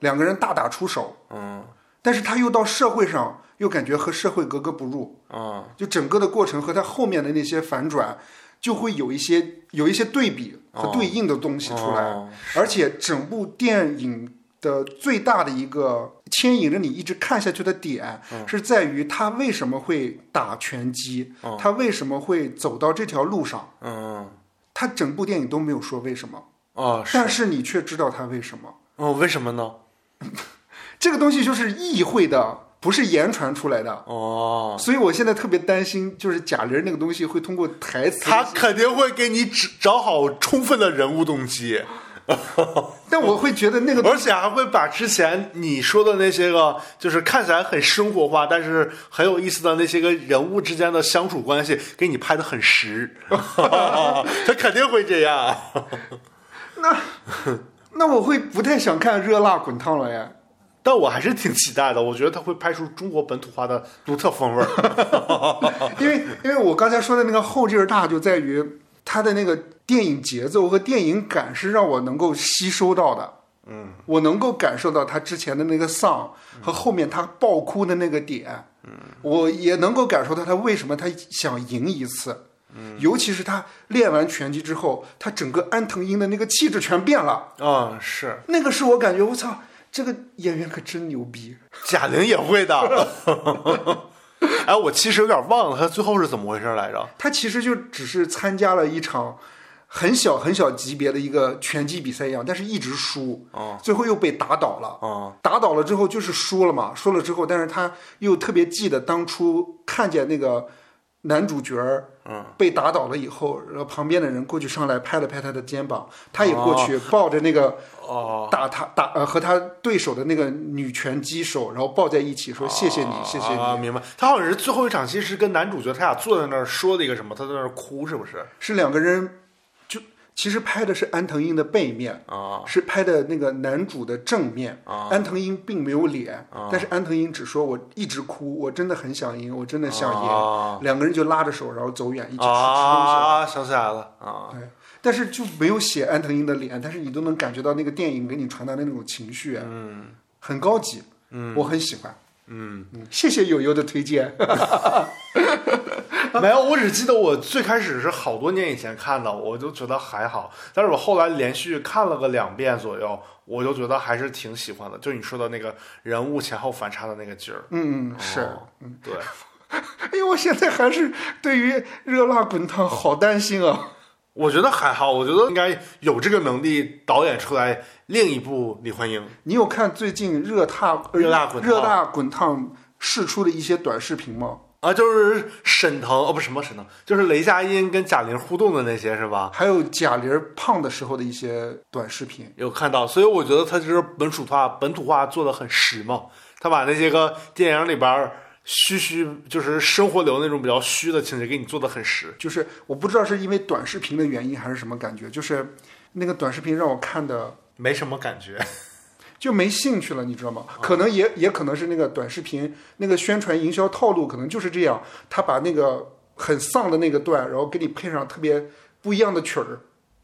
Speaker 1: 两个人大打出手，
Speaker 2: 嗯
Speaker 1: 但是他又到社会上又感觉和社会格格不入，
Speaker 2: 嗯，
Speaker 1: 就整个的过程和他后面的那些反转，就会有一些有一些对比和对应的东西出来。
Speaker 2: 哦
Speaker 1: 而且整部电影的最大的一个牵引着你一直看下去的点，是在于他为什么会打拳击，他为什么会走到这条路上。
Speaker 2: 嗯
Speaker 1: 他整部电影都没有说为什么，
Speaker 2: 哦是
Speaker 1: 但是你却知道他为什么。
Speaker 2: 哦，为什么呢？
Speaker 1: 这个东西就是意会的，不是言传出来的。
Speaker 2: 哦，
Speaker 1: 所以我现在特别担心，就是假人那个东西会通过台词。
Speaker 2: 他肯定会给你指找好充分的人物动机，
Speaker 1: 但我会觉得那 个
Speaker 2: 而且还会把之前你说的那些个，就是看起来很生活化，但是很有意思的那些个人物之间的相处关系，给你拍的很实。 他肯定会这样。
Speaker 1: 那我会不太想看《热辣滚烫》了耶。
Speaker 2: 但我还是挺期待的，我觉得他会拍出中国本土化的独特风 味儿。
Speaker 1: 因为因为我刚才说的那个后劲儿大，就在于它的那个电影节奏和电影感是让我能够吸收到的。嗯，我能够感受到他之前的那个丧和后面他爆哭的那个点。嗯，我也能够感受到他为什么他想赢一次。嗯，尤其是他练完拳击之后，他整个安藤英的那个气质全变了。
Speaker 2: 嗯，是
Speaker 1: 那个是我感觉，我操，这个演员可真牛逼。
Speaker 2: 贾玲也会 的。哎，我其实有点忘了他最后是怎么回事来着。
Speaker 1: 他其实就只是参加了一场很小很小级别的一个拳击比赛一样，但是一直输，最后又被打倒了。
Speaker 2: 嗯
Speaker 1: 打倒了之后就是输了嘛，输了之后，但是他又特别记得当初看见那个男主角儿被打倒了以后，然后旁边的人过去上来拍了拍他的肩膀，他也过去抱着那个
Speaker 2: 哦，
Speaker 1: 打他打呃和他对手的那个女拳击手，然后抱在一起说谢谢你，谢谢
Speaker 2: 啊，
Speaker 1: 你，
Speaker 2: 明白。他好像是最后一场戏是跟男主角他俩坐在那儿说的一个什么，他在那儿哭是不是？
Speaker 1: 是两个人。就其实拍的是安藤英的背面，
Speaker 2: 啊
Speaker 1: 是拍的那个男主的正面，
Speaker 2: 啊
Speaker 1: 安藤英并没有脸，但是安藤英只说我一直哭，我真的很想赢，我真的想赢，
Speaker 2: 啊
Speaker 1: 两个人就拉着手，然后走远，一起出去吃东西。
Speaker 2: 啊，想起来了啊，
Speaker 1: 对，但是就没有写安藤英的脸，但是你都能感觉到那个电影给你传达的那种情绪，嗯，很高级，嗯 嗯，我很喜欢，嗯，谢谢友友的推荐。
Speaker 2: 没有，我只记得我最开始是好多年以前看的，我就觉得还好，但是我后来连续看了个两遍左右，我就觉得还是挺喜欢的。就你说的那个人物前后反差的那个劲儿，
Speaker 1: 嗯，是。
Speaker 2: 嗯，对，
Speaker 1: 哎呦，我现在还是对于热辣滚烫好担心啊！
Speaker 2: 我觉得还好，我觉得应该有这个能力导演出来另一部李焕英。
Speaker 1: 你有看最近热辣
Speaker 2: 热辣滚烫
Speaker 1: 热辣滚烫试出的一些短视频吗？
Speaker 2: 啊，就是沈腾哦，不是什么沈腾，就是雷佳音跟贾玲互动的那些是吧？
Speaker 1: 还有贾玲儿胖的时候的一些短视频。
Speaker 2: 有看到，所以我觉得他就是本土化，本土化做的很实嘛。他把那些个电影里边儿虚虚，就是生活流那种比较虚的情节，给你做的很实。
Speaker 1: 就是我不知道是因为短视频的原因还是什么感觉，就是那个短视频让我看的
Speaker 2: 没什么感觉，
Speaker 1: 就没兴趣了，你知道
Speaker 2: 哦
Speaker 1: 吗？可能也也可能是那个短视频那个宣传营销套路，可能就是这样，他把那个很丧的那个段，然后给你配上特别不一样的曲儿，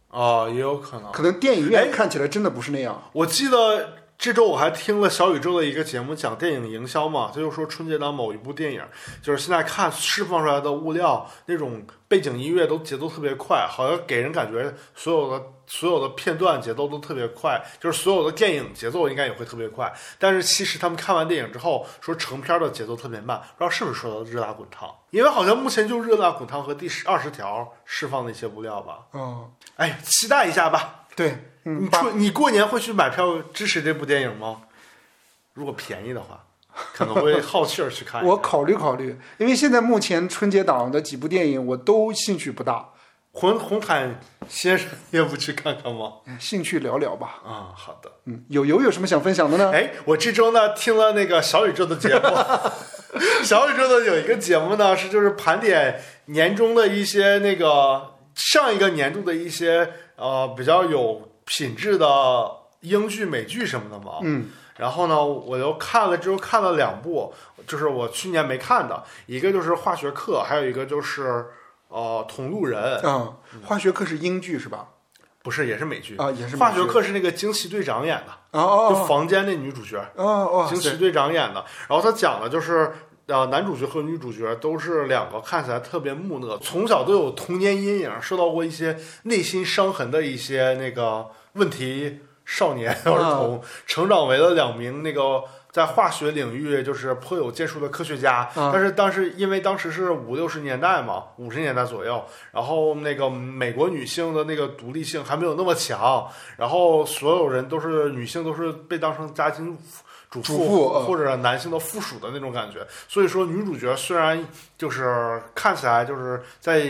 Speaker 2: 哦，也有可能。
Speaker 1: 可能电影院看起来真的不是那样。
Speaker 2: 我记得这周我还听了小宇宙的一个节目，讲电影营销嘛，他就说春节档某一部电影，就是现在看释放出来的物料，那种背景音乐都节奏特别快，好像给人感觉所有的所有的片段节奏都特别快，就是所有的电影节奏应该也会特别快。但是其实他们看完电影之后，说成片的节奏特别慢，不知道是不是说到《热辣滚烫》，因为好像目前就《热辣滚烫》和第十二十条释放的一些物料吧。
Speaker 1: 嗯，
Speaker 2: 哎，期待一下吧。
Speaker 1: 对，
Speaker 2: 你
Speaker 1: 嗯，把
Speaker 2: 春你过年会去买票支持这部电影吗？如果便宜的话，可能 会好气儿去看一下。
Speaker 1: 我考虑考虑，因为现在目前春节档的几部电影我都兴趣不大，
Speaker 2: 红红毯先生也不去看看吗？
Speaker 1: 兴趣寥寥吧。
Speaker 2: 啊、好的。
Speaker 1: 嗯，友友有什么想分享的呢？
Speaker 2: 哎，我这周呢听了那个小宇宙的 节目，小宇宙的有一个节目呢是就是盘点年终的一些那个上一个年度的一些呃比较有品质的英剧、美剧什么的嘛。
Speaker 1: 嗯，
Speaker 2: 然后呢，我又看了之后看了两部，就是我去年没看的，一个就是《化学课》，还有一个就是呃《同路人》，
Speaker 1: 嗯，化学课是英剧是吧？
Speaker 2: 不是也是美剧。
Speaker 1: 啊，也是美
Speaker 2: 化学
Speaker 1: 剧
Speaker 2: 课是那个惊奇队长演的，
Speaker 1: 哦哦，
Speaker 2: 就
Speaker 1: 哦
Speaker 2: 房间那女主角。
Speaker 1: 哦哦，
Speaker 2: 惊
Speaker 1: 对
Speaker 2: 奇队长演的。然后他讲的就是，呃，男主角和女主角都是两个看起来特别木讷，从小都有童年阴影，受到过一些内心伤痕的一些那个问题少年儿童，成长为了两名那个。在化学领域就是颇有建树的科学家，
Speaker 1: 嗯
Speaker 2: 但是当时因为当时是五六十年代嘛，五十年代左右，然后那个美国女性的那个独立性还没有那么强，然后所有人都是女性都是被当成家庭主
Speaker 1: 主妇嗯
Speaker 2: 或者男性的附属的那种感觉。所以说，女主角虽然就是看起来就是在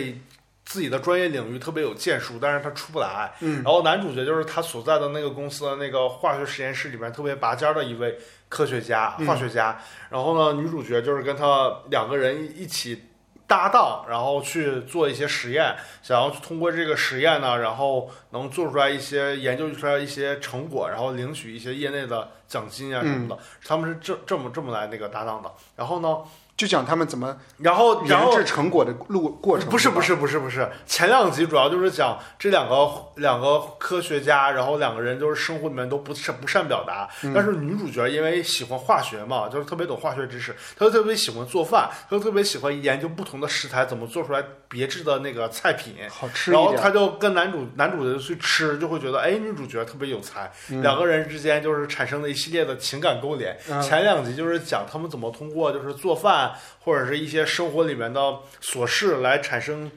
Speaker 2: 自己的专业领域特别有建树，但是她出不来。
Speaker 1: 嗯，
Speaker 2: 然后男主角就是他所在的那个公司的那个化学实验室里面特别拔尖儿的一位科学家、
Speaker 1: 嗯
Speaker 2: 化学家。然后呢，女主角就是跟他两个人一起搭档，然后去做一些实验，想要通过这个实验呢，然后能做出来一些研究出来一些成果，然后领取一些业内的奖金啊什么的。
Speaker 1: 嗯
Speaker 2: 他们是这这么这么来那个搭档的。然后呢，
Speaker 1: 就讲他们怎么
Speaker 2: 然后
Speaker 1: 研
Speaker 2: 然后
Speaker 1: 制成果的路过程。
Speaker 2: 不是
Speaker 1: 吧
Speaker 2: 不，是不是不是，前两集主要就是讲这两个两个科学家，然后两个人就是生活里面都不善不善表达，
Speaker 1: 嗯
Speaker 2: 但是女主角因为喜欢化学嘛，就是特别懂化学知识，她就特别喜欢做饭，她就特别喜欢研究不同的食材怎么做出来别致的那个菜品，
Speaker 1: 好吃一
Speaker 2: 然后
Speaker 1: 点。
Speaker 2: 他就跟男主男主角去吃，就会觉得哎，女主角特别有才，
Speaker 1: 嗯
Speaker 2: 两个人之间就是产生了一系列的情感勾连。
Speaker 1: 嗯
Speaker 2: 前两集就是讲他们怎么通过就是做饭或者是一些生活里面的琐事来产生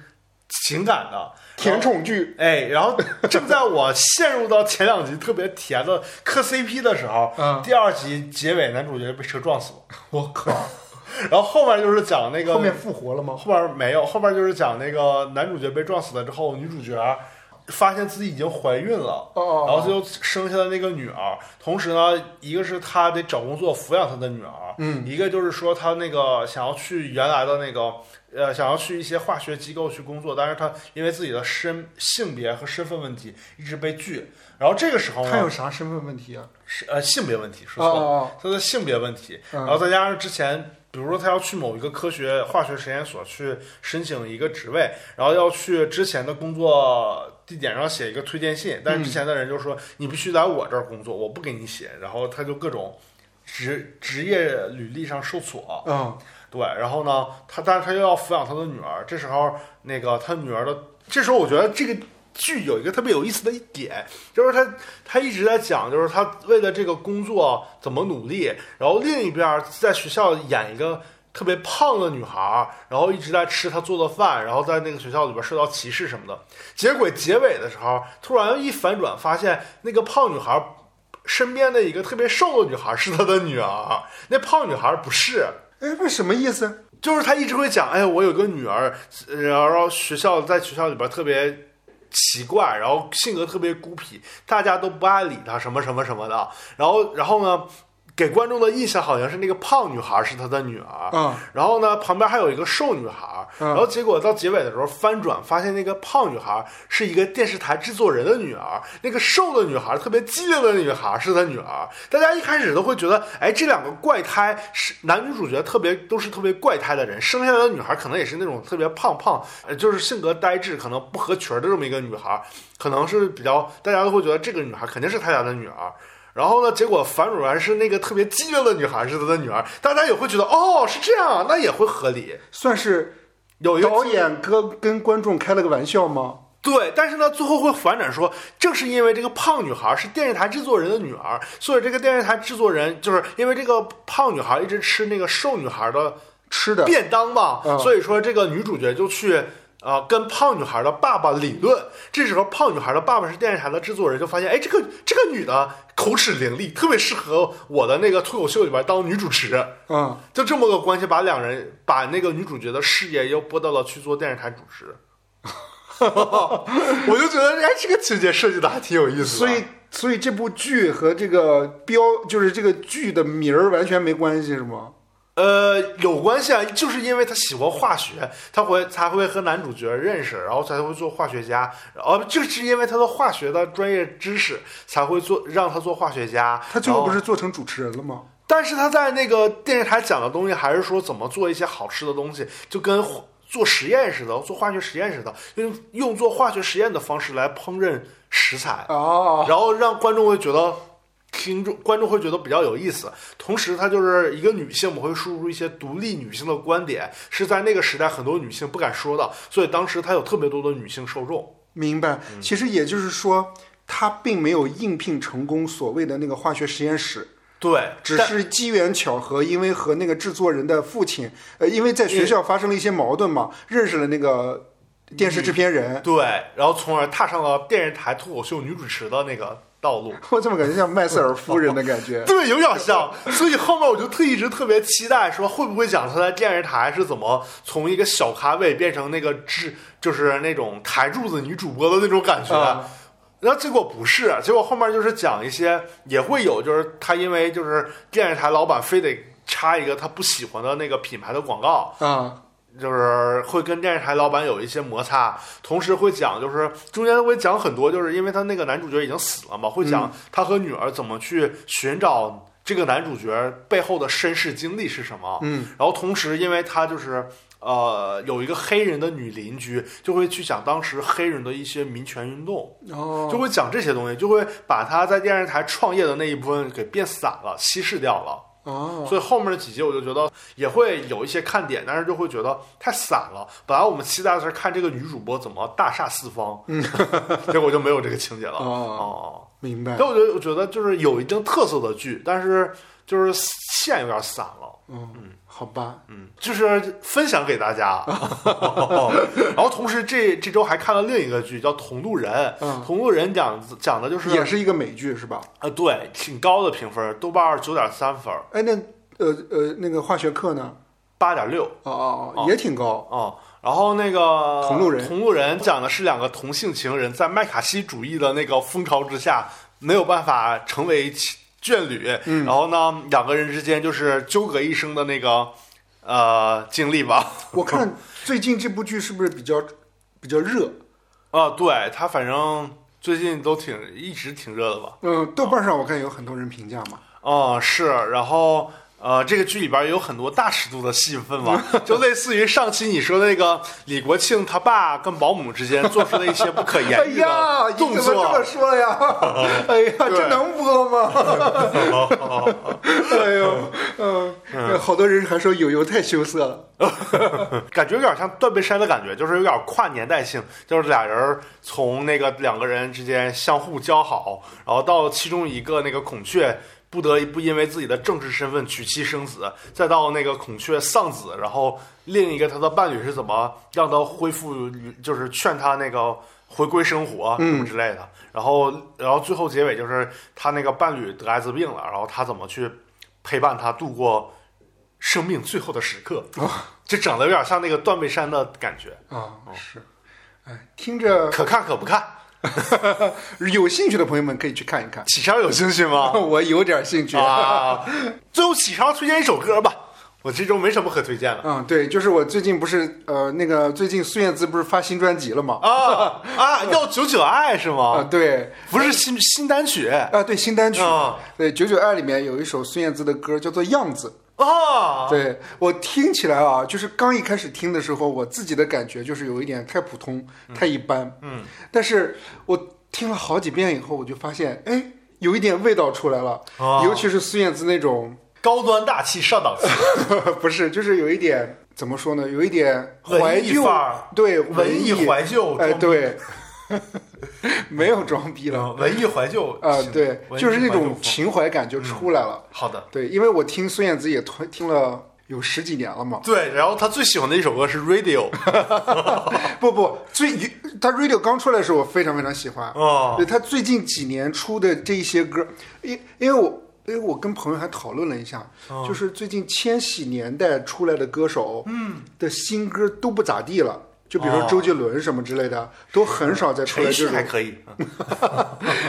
Speaker 2: 情感的。
Speaker 1: 甜宠剧，
Speaker 2: 哎，然后正在我陷入到前两集特别甜的磕 CP 的时候，
Speaker 1: 嗯
Speaker 2: 第二集结尾男主角被车撞死了，
Speaker 1: 我靠，
Speaker 2: 然后后面就是讲那个
Speaker 1: 后面复活了吗？
Speaker 2: 后边没有，后边就是讲那个男主角被撞死了之后，女主角发现自己已经怀孕了，
Speaker 1: 哦
Speaker 2: 然后
Speaker 1: 哦，
Speaker 2: 就生下了那个女儿。同时呢，一个是她得找工作抚养她的女儿，
Speaker 1: 嗯，
Speaker 2: 一个就是说她那个想要去原来的那个呃，想要去一些化学机构去工作，但是她因为自己的身性别和身份问题一直被拒。然后这个时候
Speaker 1: 他有
Speaker 2: 呢，
Speaker 1: 啥身份问题啊？
Speaker 2: 是呃性别问题，哦说
Speaker 1: 哦
Speaker 2: 错了。
Speaker 1: 哦，
Speaker 2: 他的性别问题，
Speaker 1: 嗯
Speaker 2: 然后再加上之前，比如说他要去某一个科学化学实验所去申请一个职位，然后要去之前的工作地点上写一个推荐信，但是之前的人就说、你必须来我这儿工作，我不给你写，然后他就各种职职业履历上受挫，
Speaker 1: 哦嗯，
Speaker 2: 对，然后呢，他但是他又要抚养他的女儿，这时候那个他女儿的，这时候我觉得这个。剧有一个特别有意思的一点，就是他他一直在讲，就是他为了这个工作怎么努力，然后另一边儿在学校演一个特别胖的女孩儿，然后一直在吃她做的饭，然后在那个学校里边受到歧视什么的。结果结尾的时候，突然一反转，发现那个胖女孩儿身边的一个特别瘦的女孩儿是她的女儿，那胖女孩儿不是。
Speaker 1: 哎，这什么意思？
Speaker 2: 就是他一直会讲，哎，我有个女儿，呃然后学校在学校里边特别奇怪，然后性格特别孤僻，大家都不爱理她，什么什么什么的。然后，然后呢，给观众的印象好像是那个胖女孩是他的女儿，
Speaker 1: 啊，
Speaker 2: 然后呢，旁边还有一个瘦女孩，
Speaker 1: 嗯
Speaker 2: 然后结果到结尾的时候翻转，发现那个胖女孩是一个电视台制作人的女儿，那个瘦的女孩特别机灵的女孩是她女儿。大家一开始都会觉得，哎，这两个怪胎是男女主角特别都是特别怪胎的人，生下来的女孩可能也是那种特别胖胖，呃，就是性格呆滞，可能不合群儿的这么一个女孩，可能是比较大家都会觉得这个女孩肯定是他家的女儿。然后呢，结果反转是那个特别机灵的女孩是她的女儿，大家也会觉得哦是这样啊，那也会合理。
Speaker 1: 算是
Speaker 2: 有一个
Speaker 1: 导演哥跟观众开了个玩笑吗？
Speaker 2: 对，但是呢，最后会反转说，正是因为这个胖女孩是电视台制作人的女儿，所以这个电视台制作人就是因为这个胖女孩一直吃那个瘦女孩的
Speaker 1: 吃的
Speaker 2: 便当嘛，
Speaker 1: 嗯
Speaker 2: 所以说这个女主角就去。啊，跟胖女孩的爸爸理论。这时候，胖女孩的爸爸是电视台的制作人，就发现，哎，这个这个女的口齿伶俐，特别适合我的那个脱口秀里边当女主持。
Speaker 1: 啊，
Speaker 2: 就这么个关系，把两人把那个女主角的事业又拨到了去做电视台主持。 我就觉得，哎，这个情节设计的还挺有意思的。
Speaker 1: 所以所以这部剧和这个标就是这个剧的名儿完全没关系是吗？
Speaker 2: 呃，有关系啊，就是因为他喜欢化学，他会才会和男主角认识，然后才会做化学家，然后就是因为他的化学的专业知识，才会做让他做化学家。
Speaker 1: 他最后
Speaker 2: 然
Speaker 1: 不是做成主持人了吗？
Speaker 2: 但是他在那个电视台讲的东西，还是说怎么做一些好吃的东西，就跟化做实验似的，做化学实验似的，用用做化学实验的方式来烹饪食材，
Speaker 1: 哦，
Speaker 2: 然后让观众会觉得。听众观众会觉得比较有意思，同时她就是一个女性，我会输入一些独立女性的观点，是在那个时代很多女性不敢说的，所以当时她有特别多的女性受众。
Speaker 1: 明白。其实也就是说，他并没有应聘成功所谓的那个化学实验室，
Speaker 2: 对，
Speaker 1: 只
Speaker 2: 但
Speaker 1: 是机缘巧合，因为和那个制作人的父亲，呃，因为在学校发生了一些矛盾嘛，认识了那个电视制片人。
Speaker 2: 对，然后从而踏上了电视台脱口秀女主持的那个道路。
Speaker 1: 我怎么感觉像麦瑟尔夫人的感觉？
Speaker 2: 对，有点像。所以后面我就特一直特别期待，说会不会讲他在电视台是怎么从一个小咖位变成那个制，就是那种台柱子女主播的那种感觉。
Speaker 1: 啊
Speaker 2: 然后结果不是，结果后面就是讲一些也会有，就是他因为就是电视台老板非得插一个他不喜欢的那个品牌的广告，
Speaker 1: 啊，
Speaker 2: 就是会跟电视台老板有一些摩擦，同时会讲，就是中间会讲很多，就是因为他那个男主角已经死了嘛，会
Speaker 1: 嗯
Speaker 2: 讲他和女儿怎么去寻找这个男主角背后的身世经历是什么。
Speaker 1: 嗯，
Speaker 2: 然后同时，因为他就是呃有一个黑人的女邻居，就会去讲当时黑人的一些民权运动，
Speaker 1: 哦，
Speaker 2: 就会讲这些东西，就会把他在电视台创业的那一部分给变散了，稀释掉了。
Speaker 1: 哦，
Speaker 2: 所以后面的几集我就觉得也会有一些看点，但是就会觉得太散了。本来我们期待的是看这个女主播怎么大杀四方， 结果就没有这个情节了。
Speaker 1: 哦
Speaker 2: 哦，
Speaker 1: 明白
Speaker 2: 但。我觉得我觉得就是有一定特色的剧，但是就是线有点散了。
Speaker 1: 嗯，好吧。
Speaker 2: 嗯，就是分享给大家。然后同时这这周还看了另一个剧叫《同路人》，
Speaker 1: 嗯
Speaker 2: 同路人》讲讲的就是
Speaker 1: 也是啊一个美剧是吧？
Speaker 2: 呃对挺高的评分，豆瓣九点三分，
Speaker 1: 哎，那呃呃，那个化学课呢？
Speaker 2: 八点六。
Speaker 1: 哦哦哦，
Speaker 2: 哦
Speaker 1: 也挺高。
Speaker 2: 哦，然后那个
Speaker 1: 同路人
Speaker 2: 同路人讲的是两个同性情人在麦卡锡主义的那个风潮之下，没有办法成为其眷侣，
Speaker 1: 嗯
Speaker 2: 然后呢，两个人之间就是纠葛一生的那个呃经历吧。
Speaker 1: 我看最近这部剧是不是比较比较热？
Speaker 2: 啊、对他反正最近都挺一直挺热的吧。哦
Speaker 1: 嗯，豆瓣上我看有很多人评价嘛。
Speaker 2: 嗯，是，然后呃，这个剧里边也有很多大尺度的戏 份嘛，就类似于上期你说那个李国庆他爸跟保姆之间做出的一些不可
Speaker 1: 哎
Speaker 2: 言喻
Speaker 1: 呀，
Speaker 2: 的
Speaker 1: 你怎
Speaker 2: 动
Speaker 1: 么这
Speaker 2: 作。
Speaker 1: 么说 呀？哎呀，这能播 吗？哎呦，嗯，好多人还说友友太羞涩了。
Speaker 2: 感觉有点像断背山的感觉，就是有点跨年代性，就是俩人从那个两个人之间相互交好，然后到其中一个那个孔雀不得不因为自己的政治身份娶妻生子，再到那个孔雀丧子，然后另一个他的伴侣是怎么让他恢复，就是劝他那个回归生活什么之类的，然后然后最后结尾就是他那个伴侣得艾滋病了，然后他怎么去陪伴他度过。生命最后的时刻，这整的有点像那个断背山的感觉，
Speaker 1: 啊，是，哎，听着，
Speaker 2: 可看可不看。
Speaker 1: 有兴趣的朋友们可以去看一看。
Speaker 2: 启超有兴趣吗？
Speaker 1: 我有点兴趣。
Speaker 2: 啊，最后启超推荐一首歌吧，我这周没什么可推荐的
Speaker 1: 嗯，对，就是我最近不是呃，那个最近孙燕姿不是发新专辑了吗？
Speaker 2: 啊啊，要久久爱是
Speaker 1: 啊，
Speaker 2: 吗？
Speaker 1: 对，
Speaker 2: 不是新新单曲啊
Speaker 1: 啊，对，新单曲
Speaker 2: 啊，
Speaker 1: 对，《九九爱》里面有一首孙燕姿的歌叫做《样子》。
Speaker 2: 啊
Speaker 1: 对我听起来啊，就是刚一开始听的时候，我自己的感觉就是有一点太普通、太一般。嗯，但是我听了好几遍以后，我就发现，哎，有一点味道出来了，
Speaker 2: 哦
Speaker 1: 尤其是孙燕姿那种，
Speaker 2: 高端大气上档次，
Speaker 1: 不是，就是有一点怎么说呢，有一点怀
Speaker 2: 文艺
Speaker 1: 旧
Speaker 2: 范儿，
Speaker 1: 对，
Speaker 2: 文艺怀旧，
Speaker 1: 哎，
Speaker 2: 装逼，
Speaker 1: 对，没有装逼了。
Speaker 2: 嗯文艺怀旧
Speaker 1: 啊、
Speaker 2: 行
Speaker 1: 对，
Speaker 2: 文艺
Speaker 1: 就是那
Speaker 2: 怀旧
Speaker 1: 种
Speaker 2: 风嗯
Speaker 1: 情怀感就出来了。
Speaker 2: 好的。
Speaker 1: 对，因为我听孙燕姿也听听了有十几年了嘛，
Speaker 2: 对，然后他最喜欢的一首歌是《Radio
Speaker 1: 不不，最他 Radio 刚出来的时候，我非常非常喜欢。》
Speaker 2: 啊，
Speaker 1: 对他最近几年出的这一些歌，因因为我因为我跟朋友还讨论了一下，
Speaker 2: 哦
Speaker 1: 就是最近千禧年代出来的歌手，嗯，的新歌都不咋地了。就比如说
Speaker 2: 哦
Speaker 1: 周杰伦什么之类的，都很少再出来
Speaker 2: 陈
Speaker 1: 这
Speaker 2: 旭
Speaker 1: 种
Speaker 2: 还可以，嗯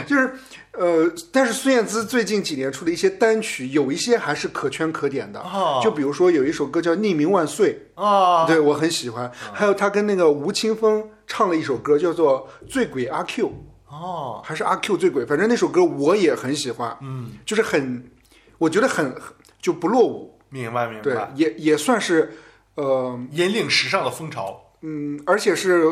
Speaker 1: 就是，呃，但是孙燕姿最近几年出的一些单曲，有一些还是可圈可点的。
Speaker 2: 哦
Speaker 1: 就比如说有一首歌叫《匿名万岁》，
Speaker 2: 啊，
Speaker 1: 对我很喜欢。
Speaker 2: 嗯
Speaker 1: 还有他跟那个吴青峰唱了一首歌，叫做《醉鬼阿 Q》，
Speaker 2: 哦，
Speaker 1: 还是阿 Q 醉鬼，反正那首歌我也很喜欢。嗯，就是很，我觉得很很就不落伍，
Speaker 2: 明白明
Speaker 1: 对
Speaker 2: 白，，
Speaker 1: 也也算是，呃，
Speaker 2: 引领时尚的风潮。
Speaker 1: 嗯，而且是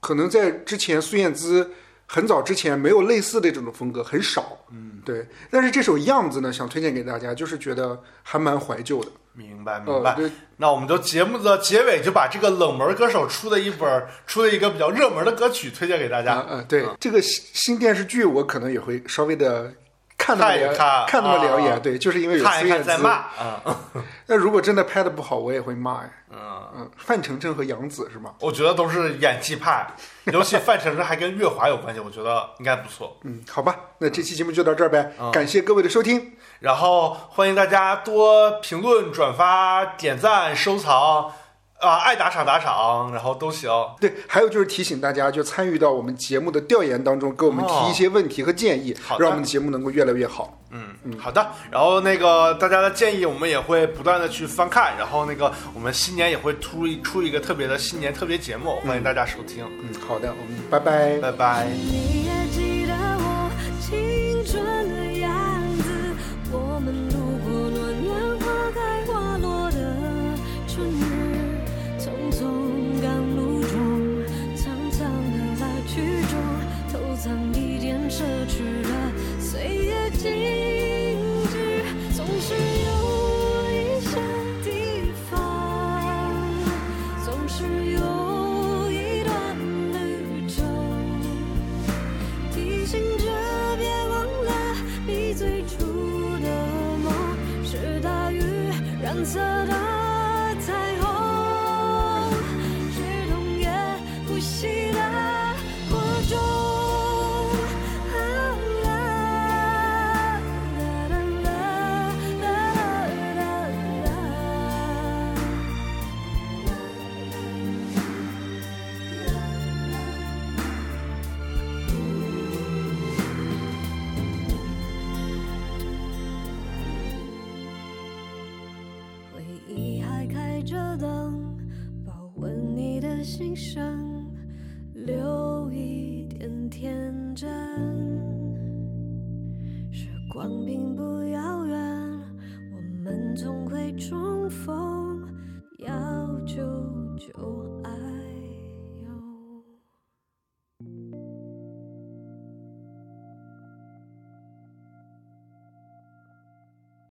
Speaker 1: 可能在之前孙燕姿很早之前没有类似的这种风格，很少。嗯，对。但是这首《样子》呢，想推荐给大家，就是觉得还蛮怀旧的。
Speaker 2: 明白啊明
Speaker 1: 呃，
Speaker 2: 白，
Speaker 1: 对，
Speaker 2: 那我们就节目的结尾就把这个冷门歌手出的一本出的一个比较热门的歌曲推荐给大
Speaker 1: 啊
Speaker 2: 家。嗯
Speaker 1: 啊，对，这个新新电视剧我可能也会稍微的。看那么
Speaker 2: 看一
Speaker 1: 两
Speaker 2: 看
Speaker 1: 看那么两眼，
Speaker 2: 啊
Speaker 1: 对，就是因为有
Speaker 2: 看
Speaker 1: 孙
Speaker 2: 一
Speaker 1: 燕
Speaker 2: 看
Speaker 1: 姿。
Speaker 2: 再骂啊，嗯
Speaker 1: 那如果真的拍的不好，我也会骂呀。
Speaker 2: 嗯，
Speaker 1: 嗯，范丞丞和杨紫是吗？
Speaker 2: 我觉得都是演技 派，尤其范丞丞还跟月华有关系，我觉得应该不错。
Speaker 1: 嗯，好吧，那这期节目就到这儿呗，
Speaker 2: 嗯
Speaker 1: 感谢各位的收听。
Speaker 2: 然后欢迎大家多评论、转发、点赞、收藏，啊，爱打赏打赏，然后都行。
Speaker 1: 对，还有就是提醒大家，就参与到我们节目的调研当中，给我们提一些问题和建议，
Speaker 2: 好的
Speaker 1: 让我们的节目能够越来越好。
Speaker 2: 嗯，好的。然后那个大家的建议，我们也会不断的去翻看。然后那个我们新年也会出一出一个特别的新年特别节目，欢迎大家收听。
Speaker 1: 嗯，好的，我们拜拜。
Speaker 2: 拜拜。
Speaker 5: 你还记得我青春的样子？我们度过暖阳花开花落的春日，匆匆赶路中，长长的来去中，偷藏一点奢侈的岁月静止，总是有一些地方，总是有一段旅程。提醒着别忘了你最初的梦是大雨染色的彩虹，是痛也不息的火种。啊啦啦啦啦啦啦啦啦回忆还开着灯，保温你的心声，留一点天真。时光并不遥远，我们总会重逢，要救就爱。